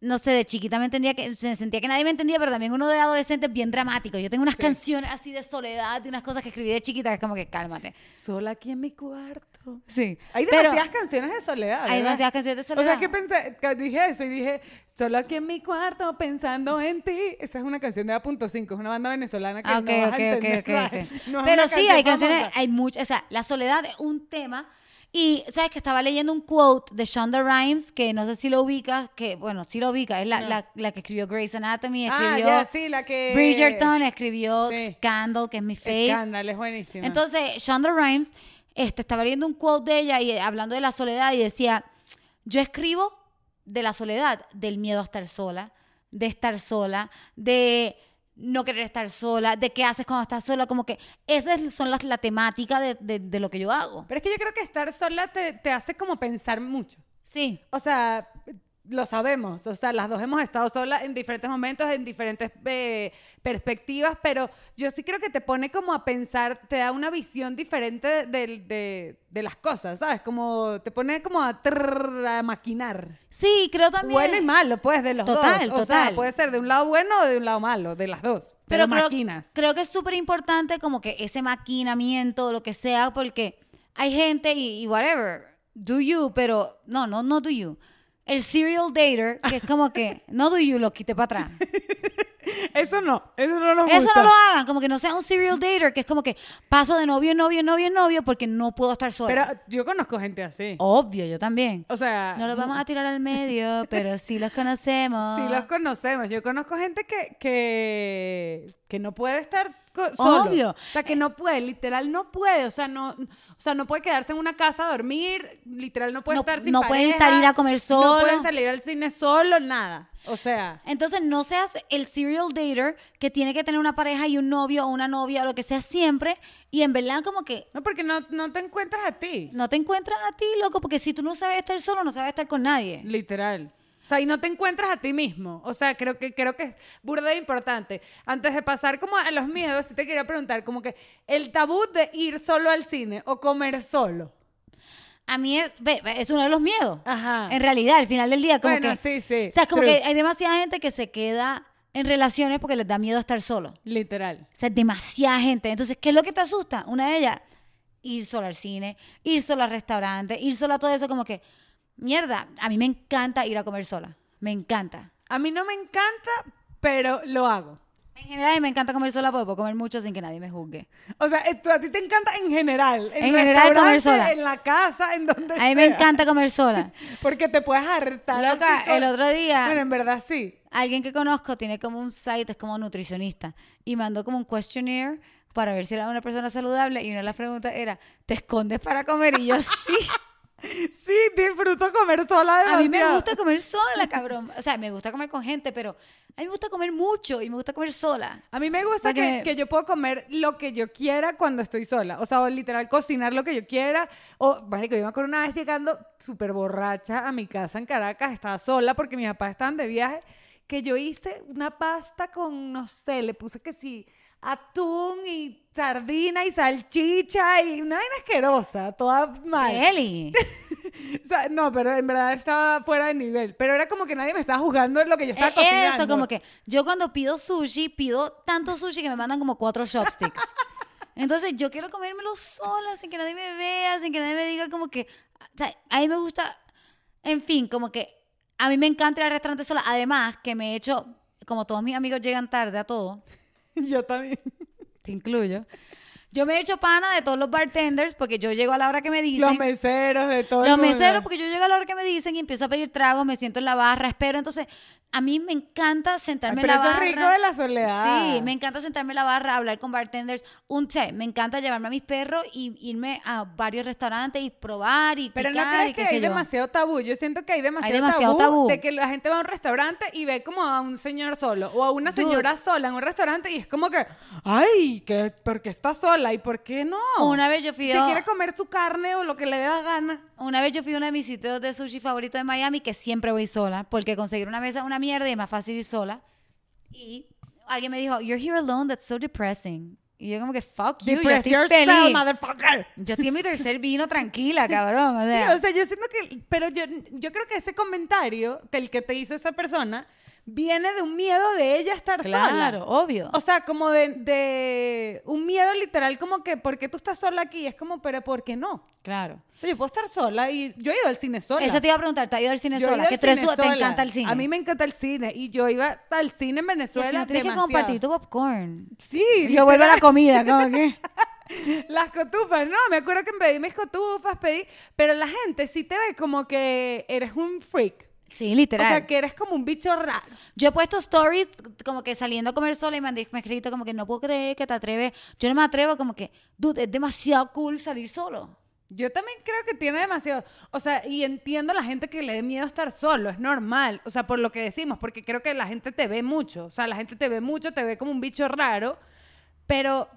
no sé, de chiquita me entendía que, se- sentía que nadie me entendía, pero también uno de adolescente es bien dramático. Yo tengo unas canciones así de soledad, de unas cosas que escribí de chiquita, que es como que cálmate.
Sola aquí en mi cuarto.
Sí.
Hay
Pero
demasiadas canciones de soledad.
Hay
¿verdad?
demasiadas canciones de
O
soledad.
sea, que pensé, que dije eso y dije, solo aquí en mi cuarto pensando en ti. Esa es una canción de A.5, es una banda venezolana que
Ah, ok,
no vas
ok,
a
ok,
entender.
ok,
¿sabes?
ok.
No es
Pero
una
sí, hay
canción
canciones,
famosa.
hay muchas. O sea, la soledad es un tema. Y, ¿sabes? Que estaba leyendo un quote de Shonda Rhimes, que no sé si lo ubicas, que, bueno, sí lo ubicas, es la,
No.
la- la que escribió Grey's Anatomy,
Ah,
escribió
ya, sí, la que...
Bridgerton, escribió
Sí.
Scandal, que es mi fave.
Escándalo, es buenísima.
Entonces, Shonda Rhimes este, estaba leyendo un quote de ella y eh, hablando de la soledad y decía, yo escribo de la soledad, del miedo a estar sola, de estar sola, de no querer estar sola, de qué haces cuando estás sola, como que esas son las, la temática de, de- de lo que yo hago.
Pero es que yo creo que estar sola te, te hace como pensar mucho.
Sí,
O sea, lo sabemos. O sea, las dos hemos estado solas en diferentes momentos, en diferentes eh, perspectivas, pero yo sí creo que te pone como a pensar, te da una visión diferente de, de- de las cosas, ¿sabes? Como te pone como a, trrr, a maquinar.
sí, creo también.
Bueno y malo, pues, de los
Total,
dos. O
total.
sea, puede ser de un lado bueno o de un lado malo, de las dos. Pero,
creo-
maquinas.
Creo, que es súper importante como que ese maquinamiento, lo que sea, porque hay gente y, y whatever, do you, pero no, no, no do you. El serial dater, que es como que no do you, lo quité para atrás.
Eso no, eso no nos
Eso
gusta.
no lo hagan, como que no sea un serial dater, que es como que paso de novio, en novio, en novio, en novio, porque no puedo estar sola.
Pero Oh. Ah, yo conozco gente así.
Obvio, yo también.
O sea,
No los vamos a tirar al medio, pero sí los conocemos.
Sí los conocemos. Yo conozco gente que, que, que no puede estar co- solo.
Obvio.
O sea, que no puede, literal no puede. O sea, no, o sea, no puede quedarse en una casa a dormir, literal no puede
No-
estar sin
no pueden
pareja,
salir a comer
No
solo.
pueden salir al cine solo, nada. O sea,
Entonces no seas el serial dater que tiene que tener una pareja y un novio o una novia o lo que sea siempre y en verdad como que
no, porque no, no te encuentras a ti,
no te encuentras a ti, loco, porque si tú no sabes estar solo, no sabes estar con nadie.
literal. O sea, y no te encuentras a ti mismo. O sea, creo que, creo que es burda de importante. Antes de pasar como a los miedos, sí te quería preguntar, como que el tabú de ir solo al cine o comer solo.
A mí es, ve, ve, es uno de los miedos.
Ajá.
En realidad, al final del día, como
Ah. Bueno,
que...
sí, sí,
O sea, como
true.
que eh, hay demasiada gente que se queda en relaciones porque les da miedo estar solo.
Literal.
O sea, demasiada gente. Entonces, ¿qué es lo que te asusta? Una de ellas, ir sola al cine, ir sola al restaurante, ir sola a todo eso, como que, mierda, a mí me encanta ir a comer sola. Me encanta.
A mí no me encanta, pero lo hago.
En general, me encanta comer sola porque puedo comer mucho sin que nadie me juzgue.
O sea, eh, tú- a ti te encanta en general. En,
En general comer
restaurante,
sola.
En la casa, en donde
A mí me
sea,
encanta comer sola.
Porque te puedes hartar. así
Loca,
con-
el otro día-
Bueno, en verdad sí.
Alguien que conozco tiene como un site, es como nutricionista, y mandó como un questionnaire para ver si era una persona saludable. Y una de las preguntas era, ¿te escondes para comer? Y yo sí.
Sí, disfruto comer sola demasiado.
A mí me gusta comer sola, cabrón. O sea, me gusta comer con gente, pero a mí me gusta comer mucho y me gusta comer sola.
A mí me gusta
Porque
que,
me-
que yo puedo comer lo que yo quiera cuando estoy sola. O sea, o literal cocinar lo que yo quiera. O, marico, yo me acuerdo una vez llegando súper borracha a mi casa en Caracas, estaba sola porque mis papás estaban de viaje, que yo hice una pasta con, no sé, le puse que sí, atún y sardina y salchicha y una vaina asquerosa, toda mal.
Eli.
O sea, no, pero en verdad estaba fuera de nivel. Pero era como que nadie me estaba juzgando en lo que yo estaba
Eh,
cocinando.
Eso, como que yo cuando pido sushi, pido tanto sushi que me mandan como cuatro chopsticks. Entonces yo quiero comérmelo sola, sin que nadie me vea, sin que nadie me diga como que... O sea, a mí me gusta... En fin, como que a mí me encanta ir al restaurante sola. Además, que me he hecho... Como todos mis amigos llegan tarde a todo,
Yo también.
te incluyo. Yo me he hecho pana de todos los bartenders porque yo llego a la hora que me dicen.
Los meseros de todo el
Los
mundo.
meseros, porque yo llego a la hora que me dicen y empiezo a pedir tragos, me siento en la barra, espero. Entonces, a mí me encanta sentarme
Ay, pero
en la
eso
barra.
es rico de la soledad.
Sí, me encanta sentarme en la barra, hablar con bartenders, un té. Me encanta llevarme a mis perros y irme a varios restaurantes y probar y
Pero no
picar y
crees
qué
que
sé
hay
yo.
demasiado tabú. Yo siento que hay demasiado,
demasiado
tabú,
tabú.
de que la gente va a un restaurante y ve como a un señor solo o a una
Dude.
señora sola en un restaurante y es como que, ay, que ¿por qué está sola? ¿Y por qué no?
Una vez yo fui
Si
a-
se quiere comer su carne o lo que le dé la gana.
Una vez yo fui a uno de mis sitios de sushi favorito de Miami, que siempre voy sola, porque conseguir una mesa es una mierda y es más fácil ir sola. Y alguien me dijo, You're here alone, that's so depressing. Y yo como que, fuck you, yo
Depress
estoy
yourself,
feliz.
motherfucker.
Yo estoy en mi tercer vino tranquila, cabrón. O
Sí,
sea,
o sea, yo siento que, pero yo, yo creo que ese comentario que el que te hizo esa persona viene de un miedo de ella estar sola.
claro, obvio.
O sea, como de, de un miedo literal, como que, ¿por qué tú estás sola aquí? Es como, pero ¿por qué no?
claro.
O sea, yo puedo estar sola y yo he ido al cine sola.
Eso te iba a preguntar, ¿te has ido al cine
Yo he
sola?
ido
Que
al
tú eres
cine
su- te
sola.
encanta el cine.
A mí me encanta el cine y yo iba al cine en
Y
Venezuela
así no tienes
demasiado.
que compartir tu popcorn.
Sí,
Yo vuelvo a la comida, como que.
Las cotufas, no, me acuerdo que pedí mis cotufas, pedí, pero la gente sí te ve como que eres un freak.
Sí,
O
literal.
sea, que eres como un bicho raro.
Yo he puesto stories como que saliendo a comer sola y me han di- me han escrito como que no puedo creer que te atreves. Yo no me atrevo, como que, dude, es demasiado cool salir solo.
Yo también creo que tiene demasiado, o sea, y entiendo a la gente que le dé miedo estar solo, es normal, o sea, por lo que decimos, porque creo que la gente te ve mucho, o sea, la gente te ve mucho, te ve como un bicho raro, pero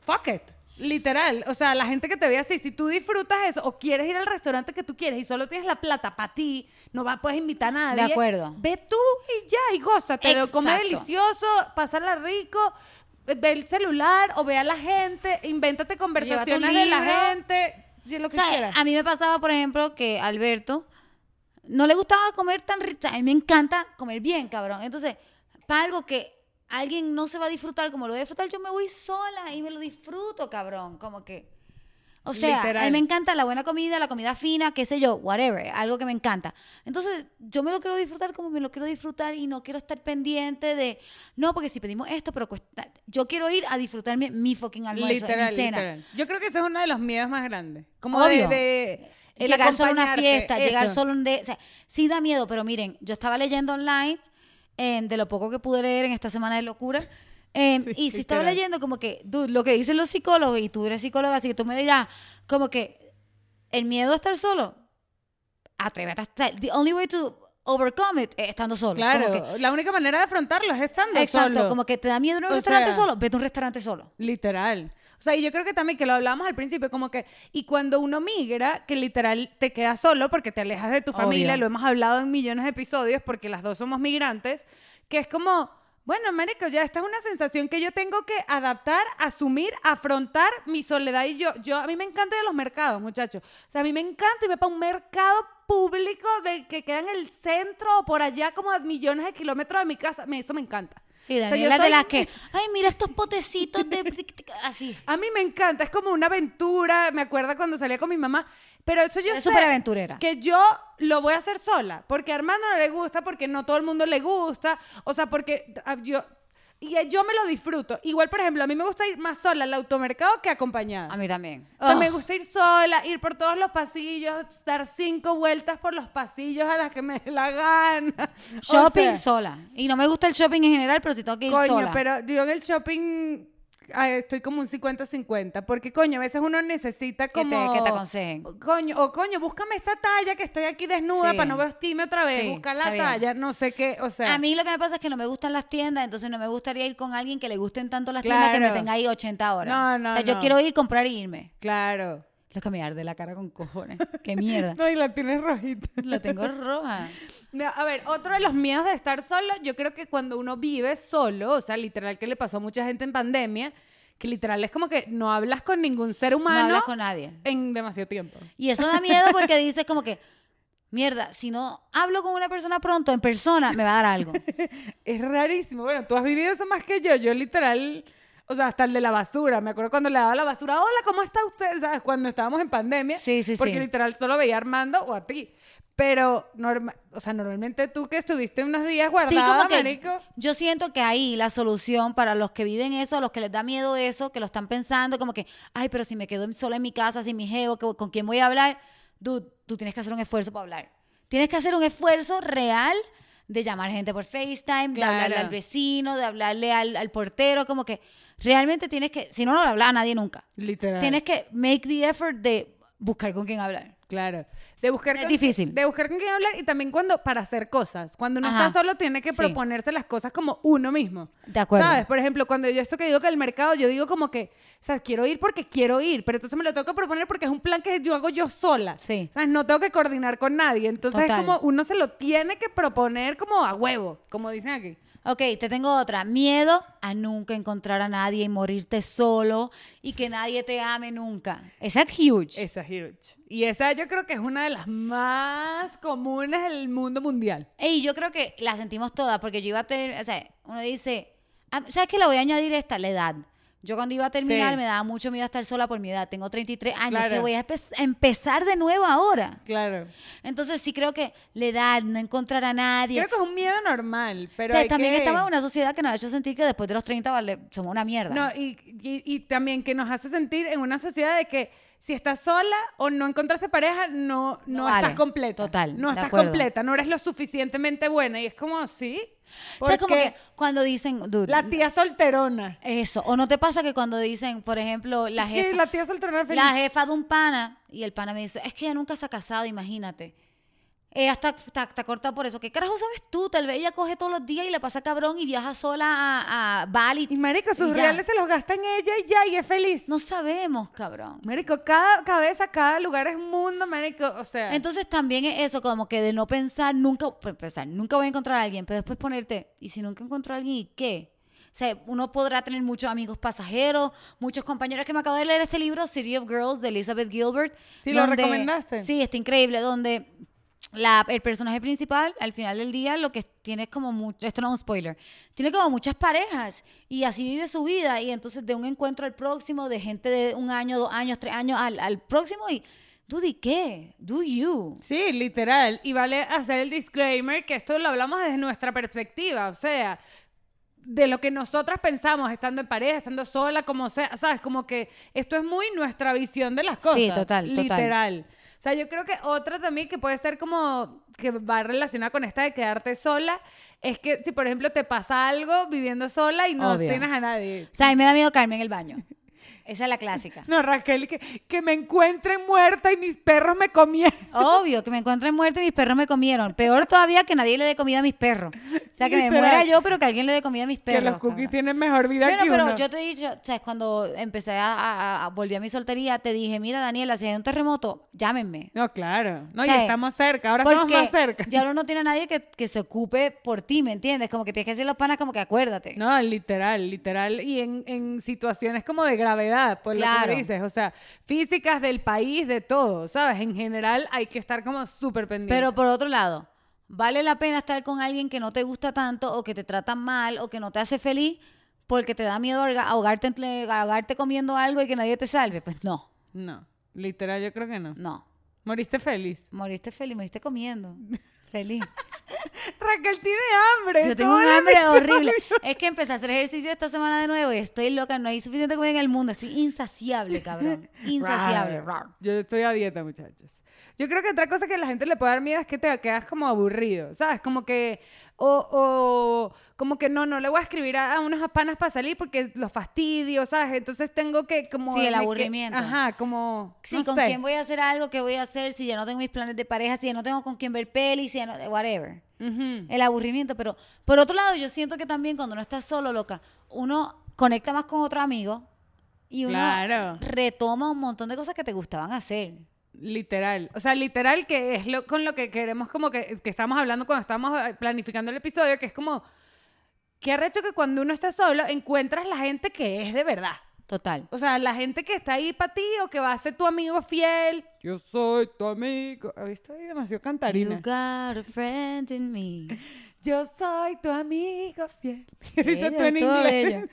fuck it, literal, o sea, la gente que te ve así, si tú disfrutas eso o quieres ir al restaurante que tú quieres y solo tienes la plata para ti, no vas, puedes invitar a nadie.
acuerdo.
Ve tú y ya, y gózate, lo come
Exacto.
delicioso, pásala rico. Ve el celular o ve a la gente, invéntate conversaciones de la
libro.
gente, y lo
O
que
sea,
quieras.
a mí me pasaba, por ejemplo, que Alberto no le gustaba comer tan rico. A mí me encanta comer bien, cabrón. Entonces, para algo que alguien no se va a disfrutar como lo voy a disfrutar, yo me voy sola y me lo disfruto, cabrón. Como que. O sea, a mí
Literal.
me encanta la buena comida, la comida fina, qué sé yo, whatever, algo que me encanta. Entonces, yo me lo quiero disfrutar como me lo quiero disfrutar y no quiero estar pendiente de, no, porque si pedimos esto, pero cuesta, yo quiero ir a disfrutarme mi fucking almuerzo, y mi cena.
Yo creo que ese es uno de los miedos más grandes. Como
Obvio.
de, de el
llegar solo a una
acompañarte,
fiesta, llegar
eso.
solo a un... de- o sea, sí da miedo, pero miren, yo estaba leyendo online, eh, de lo poco que pude leer en esta semana de locura, eh,
Sí,
y sí estaba
literal.
leyendo como que, dude, lo que dicen los psicólogos, y tú eres psicóloga, así que tú me dirás, como que el miedo a estar solo, atrévete a estar... The only way to overcome it es estando solo. Como
Claro,
que-
la única manera de afrontarlo es estando
exacto,
solo.
como que te da miedo ir a un
O
restaurante
sea-
solo, vete a un restaurante solo.
Literal. O sea, y yo creo que también que lo hablamos al principio, como que, y cuando uno migra, que literal te quedas solo porque te alejas de tu
Obvio.
familia, lo hemos hablado en millones de episodios porque las dos somos migrantes, que es como, bueno, marico, ya esta es una sensación que yo tengo que adaptar, asumir, afrontar mi soledad y yo, yo, a mí me encanta ir a los mercados, muchachos. O sea, a mí me encanta irme para un mercado público de que queda en el centro o por allá como a millones de kilómetros de mi casa, me, eso me encanta.
Sí,
sea, yo
Daniela, de
soy-
las que, ay, mira estos potecitos de... así.
A mí me encanta, es como una aventura. Me acuerdo cuando salía con mi mamá. Pero eso yo
Es
sé
superaventurera.
que yo lo voy a hacer sola. Porque a Armando no le gusta, porque no todo el mundo le gusta. O sea, porque ah, yo. Y eh, yo me lo disfruto. Igual, por ejemplo, a mí me gusta ir más sola al automercado que acompañada.
A mí Oh. también.
O sea,
Ugh.
me gusta ir sola, ir por todos los pasillos, dar cinco vueltas por los pasillos a las que me dé la gana. O
Shopping
sea,
sola. Y no me gusta el shopping en general, pero si tengo que ir
Coño,
sola.
pero yo en el shopping ah, estoy como un 50-50, porque coño, a veces uno necesita
que,
como...
te, que te aconsejen.
Coño, o coño, búscame esta talla que estoy aquí desnuda
Sí.
para no vestirme otra vez,
Sí,
busca la
está bien.
talla, no sé qué, o sea...
A mí lo que me pasa es que no me gustan las tiendas, entonces no me gustaría ir con alguien que le gusten tanto las tiendas que me
Claro.
tenga ahí 80 horas.
No, no,
O sea, yo
no.
quiero ir, comprar y e irme.
Claro.
Tengo que me arde la cara con cojones. Qué mierda.
No, y la tienes rojita.
La tengo roja.
No, a ver, otro de los miedos de estar solo, yo creo que cuando uno vive solo, o sea, literal que le pasó a mucha gente en pandemia, que literal es como que no hablas con ningún ser humano
No hablas con nadie.
en demasiado tiempo.
Y eso da miedo porque dices como que, mierda, si no hablo con una persona pronto, en persona, me va a dar algo.
Es rarísimo. Bueno, tú has vivido eso más que yo. Yo literal, o sea, hasta el de la basura. Me acuerdo cuando le daba la basura, hola, ¿cómo está usted? ¿Sabes? Cuando estábamos en pandemia.
Sí, sí,
Porque
sí.
literal solo veía a Armando o a ti. Pero, norma- o sea, normalmente tú que estuviste unos días
Sí,
guardada,
como que
marico.
yo siento que ahí la solución para los que viven eso, a los que les da miedo eso, que lo están pensando como que, ay, pero si me quedo sola en mi casa, sin mi jevo, que- ¿con quién voy a hablar? Dude, tú tienes que hacer un esfuerzo para hablar. Tienes que hacer un esfuerzo real de llamar gente por FaceTime, de hablarle
Claro.
al vecino, de hablarle al, al portero, como que realmente tienes que, si no, no le hablas a nadie nunca.
Literal.
Tienes que make the effort de buscar con quién hablar.
Claro. De buscar
Es difícil.
De buscar con quién hablar y también cuando para hacer cosas. Cuando uno
Ajá.
está solo tiene que
Sí.
proponerse las cosas como uno mismo.
De acuerdo.
¿Sabes? Por ejemplo, cuando yo esto que digo que el mercado, yo digo como que, o sea, quiero ir porque quiero ir, pero entonces me lo tengo que proponer porque es un plan que yo hago yo sola.
Sí.
¿Sabes? No tengo que coordinar con nadie. Entonces
Total.
es como uno se lo tiene que proponer como a huevo, como dicen aquí.
Ok, te tengo otra. Miedo a nunca encontrar a nadie y morirte solo y que nadie te ame nunca. Esa es huge.
Esa es huge. Y esa yo creo que es una de las más comunes del mundo mundial.
Ey, yo creo que la sentimos todas porque yo iba a tener, o sea, uno dice, "Ah, ¿sabes qué? La voy a añadir esta, la edad. Yo cuando iba a terminar
Sí.
me daba mucho miedo estar sola por mi edad. Tengo 33 años que
Claro.
voy a empe- empezar de nuevo ahora.
Claro.
Entonces sí creo que la edad, no encontrar a nadie.
Creo que es un miedo normal, pero
o sea,
hay
también
que-
estamos en una sociedad que nos ha hecho sentir que después de los 30 vale, somos una mierda.
No, y, y- y también que nos hace sentir en una sociedad de que si estás sola o no encontraste pareja, no, no,
No vale,
estás completa.
total,
No
de
estás
acuerdo.
completa, no eres lo suficientemente buena. Y es como, sí.
o sea, como
porque
que cuando dicen, dude,
la tía solterona.
Eso. ¿O no te pasa que cuando dicen, por ejemplo, la
Sí,
jefa,
la tía solterona feliz.
la jefa de un pana, y el pana me dice, es que ella nunca se ha casado, imagínate. Ella está, está, está cortada por eso. ¿Qué carajo sabes tú? Tal vez ella coge todos los días y la pasa cabrón y viaja sola a, a Bali.
Y marico, sus
y ya.
reales se los gasta en ella y ya, y es feliz.
No sabemos, cabrón.
Marico, cada cabeza, cada lugar es un mundo, marico. O sea,
Entonces también es eso, como que de no pensar nunca, pues, pensar, nunca voy a encontrar a alguien, pero después ponerte, ¿y si nunca encuentro a alguien y qué? O sea, uno podrá tener muchos amigos pasajeros, muchos compañeros que me acabo de leer este libro, City of Girls, de Elizabeth Gilbert.
Sí, lo recomendaste.
Sí, está increíble, donde la, el personaje principal, al final del día, lo que tiene es como mucho, esto no es un spoiler, tiene como muchas parejas y así vive su vida y entonces de un encuentro al próximo, de gente de un año, dos años, tres años al, al próximo y, dude, ¿y qué? Do you.
Sí, literal. Y vale hacer el disclaimer que esto lo hablamos desde nuestra perspectiva, o sea, de lo que nosotras pensamos estando en pareja, estando sola, como sea, sabes, como que esto es muy nuestra visión de las cosas.
Sí, total, total.
Literal. O sea, yo creo que otra también que puede ser como que va relacionada con esta de quedarte sola es que si por ejemplo te pasa algo viviendo sola y no
Obvio.
tienes a nadie.
O sea, a mí me da miedo caerme en el baño. Esa es la clásica.
No, Raquel, que, que me encuentren muerta y mis perros me comieron.
Obvio, que me encuentren muerta y mis perros me comieron. Peor todavía que nadie le dé comida a mis perros. O sea, que me
Literal.
muera yo, pero que alguien le dé comida a mis perros.
que los cookies
cabrón.
tienen mejor vida
Bueno,
que
pero
uno.
yo te he dicho, ¿sabes? Cuando empecé a, a- a- volví a mi soltería, te dije, mira, Daniela, si hay un terremoto, llámenme.
No, claro. No,
¿Sabes?
y estamos cerca. Ahora estamos más cerca.
ya uno no tiene a nadie que, que se ocupe por ti, ¿me entiendes? Como que tienes que decir a los panas como que acuérdate.
No, literal, literal. Y en, en situaciones como de gravedad, pues lo que
Claro.
me dices. O sea, físicas del país, de todo, ¿sabes? En general hay que estar como súper pendiente.
Pero por otro lado, vale la pena estar con alguien que no te gusta tanto o que te trata mal o que no te hace feliz porque te da miedo ahoga- ahogarte, entre- ahogarte comiendo algo y que nadie te salve. Pues no,
No, literal, yo creo que no.
no.
Moriste feliz.
Moriste feliz, moriste comiendo. Feliz.
Raquel tiene hambre.
Yo tengo
todo
un
el
hambre
episodio.
horrible. Es que empecé a hacer ejercicio esta semana de nuevo y estoy loca. No hay suficiente comida en el mundo. Estoy insaciable, cabrón. Insaciable.
Rar. Yo estoy a dieta, muchachos. Yo creo que otra cosa que a la gente le puede dar miedo es que te quedas como aburrido, ¿sabes? Como que, o, o como que no, no le voy a escribir a, a unos panas para salir porque los fastidio, ¿sabes? Entonces tengo que como...
Sí, el
me que-
aburrimiento.
ajá, como...
Sí,
no
con
sé.
quién voy a hacer algo, qué voy a hacer, si ya no tengo mis planes de pareja, si ya no tengo con quién ver peli, si ya no... Whatever.
Ujú.
el aburrimiento, pero por otro lado yo siento que también cuando uno está solo, loca, uno conecta más con otro amigo y uno
Claro.
retoma un montón de cosas que te gustaban hacer.
Literal. O sea, literal que es lo, con lo que queremos, como que, que estamos hablando cuando estamos eh, planificando el episodio, que es como, qué arrecho que cuando uno está solo encuentras la gente que es de verdad.
Total.
O sea, la gente que está ahí para ti o que va a ser tu amigo fiel. Yo soy tu amigo. Hoy estoy demasiado
You
cantarina.
got a friend in me.
Yo soy tu amigo fiel. Dice tú
Mira,
en
todo
inglés.
bello.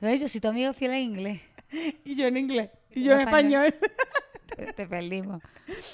No, yo soy tu amigo fiel en inglés.
Y yo en inglés. Y
En
yo en
español.
español.
Te, te perdimos.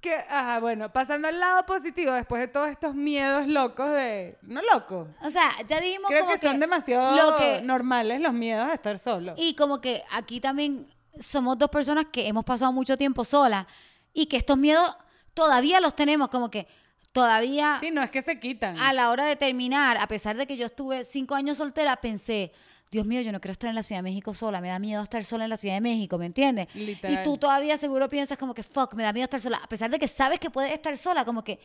Que, ajá, bueno, pasando al lado positivo, después de todos estos miedos locos de... No locos.
O sea, ya dijimos
Creo
como
que,
que
son demasiado
lo que-
normales los miedos a estar solo.
Y como que aquí también somos dos personas que hemos pasado mucho tiempo solas y que estos miedos todavía los tenemos, como que todavía
Sí, no es que se quitan.
a la hora de terminar, a pesar de que yo estuve cinco años soltera, pensé, Dios mío, yo no quiero estar en la Ciudad de México sola, me da miedo estar sola en la Ciudad de México, ¿me entiendes?
Literal.
Y tú todavía seguro piensas como que, fuck, me da miedo estar sola, a pesar de que sabes que puedes estar sola, como que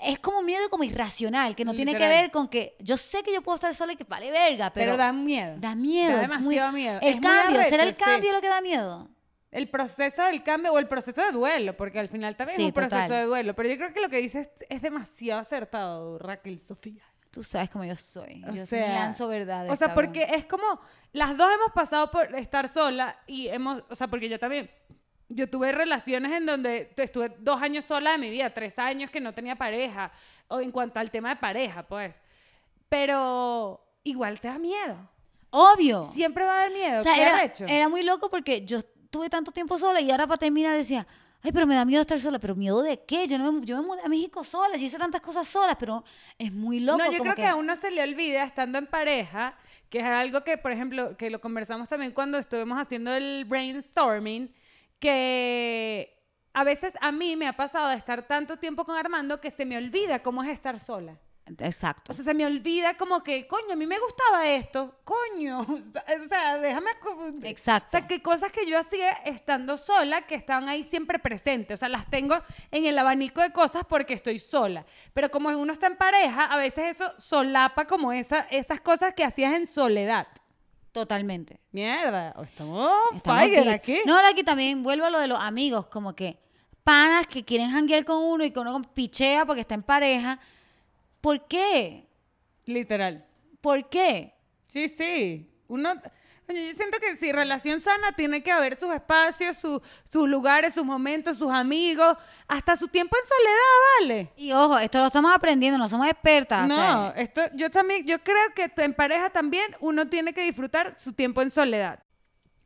es como un miedo como irracional, que no tiene que
Literal.
ver con que yo sé que yo puedo estar sola y que vale verga,
pero,
pero...
dan miedo.
Da miedo.
Da
es muy-
demasiado miedo.
El
Es muy
cambio, será el
arrecho, sí.
cambio lo que da miedo.
El proceso del cambio o el proceso de duelo, porque al final también
Sí,
es un proceso
total.
de duelo. Pero yo creo que lo que dices es demasiado acertado, Raquel Sofía.
Tú sabes cómo yo soy.
O
yo
sea,
lanzo verdades.
O sea,
cabrón.
porque es como, las dos hemos pasado por estar sola y hemos, o sea, porque yo también, yo tuve relaciones en donde t- estuve dos años sola de mi vida, tres años que no tenía pareja, o en cuanto al tema de pareja, pues. Pero igual te da miedo.
Obvio.
Siempre va a dar miedo.
o sea,
¿Qué
era,
arrecho?
era muy loco porque yo tuve tanto tiempo sola y ahora para terminar decía, ay, pero me da miedo estar sola. ¿Pero miedo de qué? Yo, no me, yo me mudé a México sola, yo hice tantas cosas solas, pero es muy loco.
no, yo
como
creo que... a uno se le olvida estando en pareja, que es algo que, por ejemplo, que lo conversamos también cuando estuvimos haciendo el brainstorming, que a veces a mí me ha pasado de estar tanto tiempo con Armando que se me olvida cómo es estar sola.
Exacto.
O sea, se me olvida como que, coño, a mí me gustaba esto, coño, o sea, déjame... acu-
Exacto.
O sea, que cosas que yo hacía estando sola, que estaban ahí siempre presentes. O sea, las tengo en el abanico de cosas porque estoy sola. Pero como uno está en pareja, a veces eso solapa como esa, esas cosas que hacías en soledad.
Totalmente.
Mierda, o estamos on
Estamos
fire
deep.
aquí.
No, ahora aquí también vuelvo a lo de los amigos, como que panas que quieren janguear con uno y que uno pichea porque está en pareja. ¿Por qué?
Literal.
¿Por qué?
Sí, sí. Uno, Oye, yo siento que si relación sana tiene que haber sus espacios, su- sus lugares, sus momentos, sus amigos, hasta su tiempo en soledad, ¿vale?
Y ojo, esto lo estamos aprendiendo, no somos expertas. o
No,
sea,
esto, yo también, yo creo que t- en pareja también uno tiene que disfrutar su tiempo en soledad.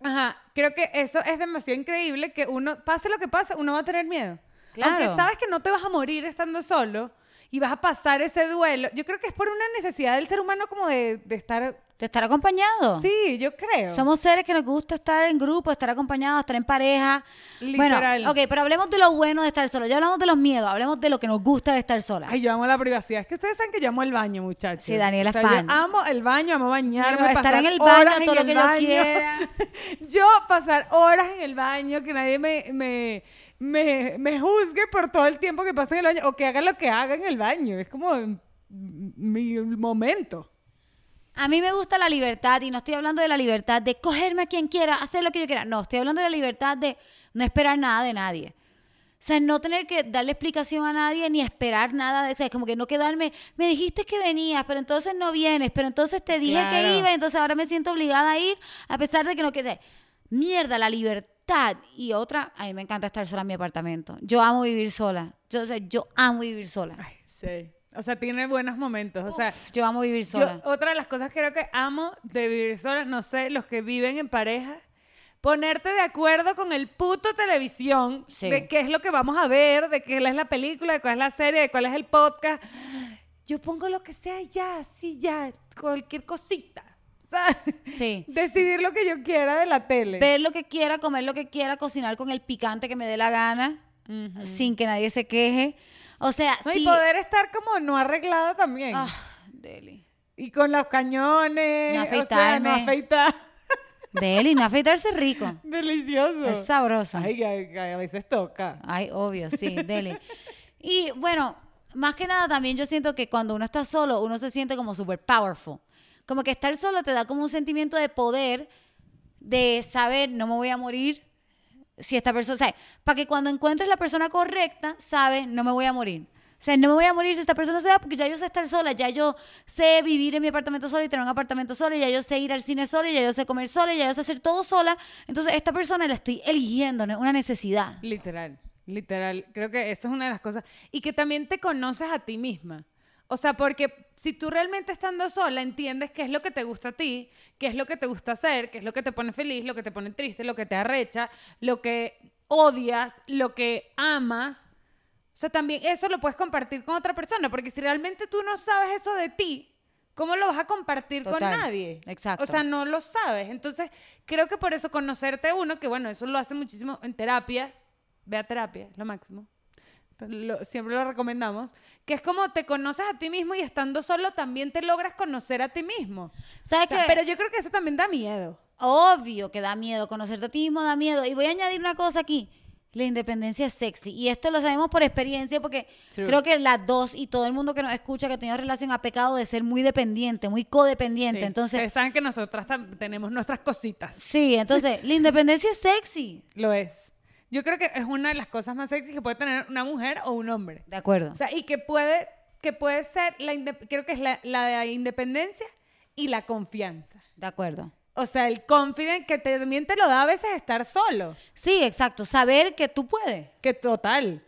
Ajá, creo que eso es demasiado increíble que uno, pase lo que pase, uno va a tener miedo.
Claro.
Aunque sabes que no te vas a morir estando solo y vas a pasar ese duelo, yo creo que es por una necesidad del ser humano como de, de estar...
¿Te estar acompañado?
Sí, yo creo.
Somos seres que nos gusta estar en grupo, estar acompañados, estar en pareja.
Literal.
Bueno, ok, pero hablemos de lo bueno de estar sola. Ya hablamos de los miedos, hablemos de lo que nos gusta de estar sola.
Ay, yo amo la privacidad. Es que ustedes saben que yo amo el baño, muchachos.
Sí, Daniela es
yo
fan.
amo el baño, amo bañarme,
Digo, estar
pasar
en el baño
horas
todo
en
lo
el
que yo
baño.
quiera.
yo pasar horas en el baño, que nadie me, me, me, me juzgue por todo el tiempo que paso en el baño o que haga lo que haga en el baño. Es como mm, mi momento.
A mí me gusta la libertad y no estoy hablando de la libertad de cogerme a quien quiera, hacer lo que yo quiera. No, estoy hablando de la libertad de no esperar nada de nadie. O sea, no tener que darle explicación a nadie ni esperar nada. De, o sea, como que no quedarme, me dijiste que venías, pero entonces no vienes, pero entonces te dije
Claro.
que iba, entonces ahora me siento obligada a ir, a pesar de que no que sea. Mierda, la libertad. Y otra, a mí me encanta estar sola en mi apartamento. Yo amo vivir sola. Yo, o sea, yo amo vivir sola.
Ay, sí. O sea, tiene buenos momentos. O sea,
Uf, yo amo vivir
Yo-
sola.
otra de las cosas que creo que amo de vivir sola, no sé, los que viven en pareja, ponerte de acuerdo con el puto televisión
Sí.
de qué es lo que vamos a ver, de qué es la película, de cuál es la serie, de cuál es el podcast. Yo pongo lo que sea y ya, sí, ya, cualquier cosita. O sea,
sí.
decidir lo que yo quiera de la tele.
ver lo que quiera, comer lo que quiera, cocinar con el picante que me dé la gana,
Ujú.
sin que nadie se queje. O sea,
No,
sí.
Y poder estar como no arreglada también.
Ah, Deli.
Y con los cañones,
No
o sea, no
afeitarme.
afeitar.
Deli, no afeitarse rico.
Delicioso.
Es sabroso.
Ay, a- a- a veces toca.
Ay, obvio, sí, Deli. Y bueno, más que nada también yo siento que cuando uno está solo, uno se siente como súper powerful. Como que estar solo te da como un sentimiento de poder de saber, no me voy a morir si esta persona, o sea, para que cuando encuentres la persona correcta, sabes, no me voy a morir. O sea, no me voy a morir si esta persona se va porque ya yo sé estar sola, ya yo sé vivir en mi apartamento sola y tener un apartamento sola, ya yo sé ir al cine sola, ya yo sé comer sola, ya yo sé hacer todo sola. Entonces, esta persona la estoy eligiendo, no es una necesidad.
Literal, literal. Creo que eso es una de las cosas. Y que también te conoces a ti misma. O sea, porque si tú realmente estando sola entiendes qué es lo que te gusta a ti, qué es lo que te gusta hacer, qué es lo que te pone feliz, lo que te pone triste, lo que te arrecha, lo que odias, lo que amas. O sea, también eso lo puedes compartir con otra persona, porque si realmente tú no sabes eso de ti, ¿cómo lo vas a compartir con
Total,
nadie?
exacto.
O sea, no lo sabes. Entonces, creo que por eso conocerte uno, que bueno, eso lo hace muchísimo en terapia, ve a terapia, lo máximo. Lo- siempre lo recomendamos, que es como te conoces a ti mismo y estando solo también te logras conocer a ti mismo.
¿Sabes
O sea,
qué?
pero yo creo que eso también da miedo.
Obvio que da miedo, conocerte a ti mismo da miedo. Y voy a añadir una cosa aquí. La independencia es sexy. Y esto lo sabemos por experiencia porque
True.
creo que las dos y todo el mundo que nos escucha que ha tenido relación ha pecado de ser muy dependiente, muy codependiente.
Sí.
Entonces,
Ustedes saben que nosotras tam- tenemos nuestras cositas.
sí, entonces, la independencia es sexy.
Lo es. Yo creo que es una de las cosas más sexy que puede tener una mujer o un hombre.
De acuerdo.
O sea, y que puede, que puede ser, la inde- creo que es la, la independencia y la confianza.
De acuerdo.
O sea, el confident que te- también te lo da a veces estar solo.
Sí, exacto. Saber que tú puedes.
Que total.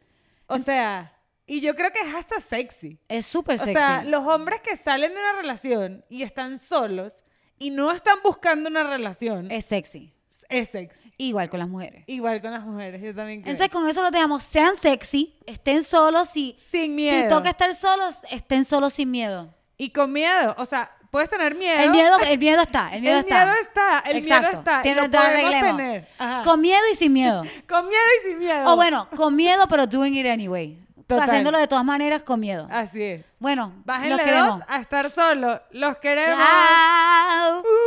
O sea, y yo creo que es hasta sexy.
Es súper
O
sexy.
sea, los hombres que salen de una relación y están solos y no están buscando una relación es,
Es sexy.
sexy.
Igual con las mujeres.
Igual con las mujeres, yo también creo.
Entonces, con eso los dejamos. Sean sexy, estén solos y
Sin
si
miedo.
toca estar solos, estén solos sin miedo.
Y con miedo. O sea, puedes tener miedo.
El miedo, el miedo está, el miedo
El
está.
miedo está, el miedo está, y
Tiene-
lo
te
podemos
arreglemos.
tener. Ajá.
Con miedo y sin miedo.
Con miedo y sin miedo.
o bueno, con miedo, pero doing it anyway.
Total.
Haciéndolo de todas maneras con miedo.
Así es.
Bueno, los
Bájenle dos
queremos.
a estar solo. Los queremos.
Chao.
uh.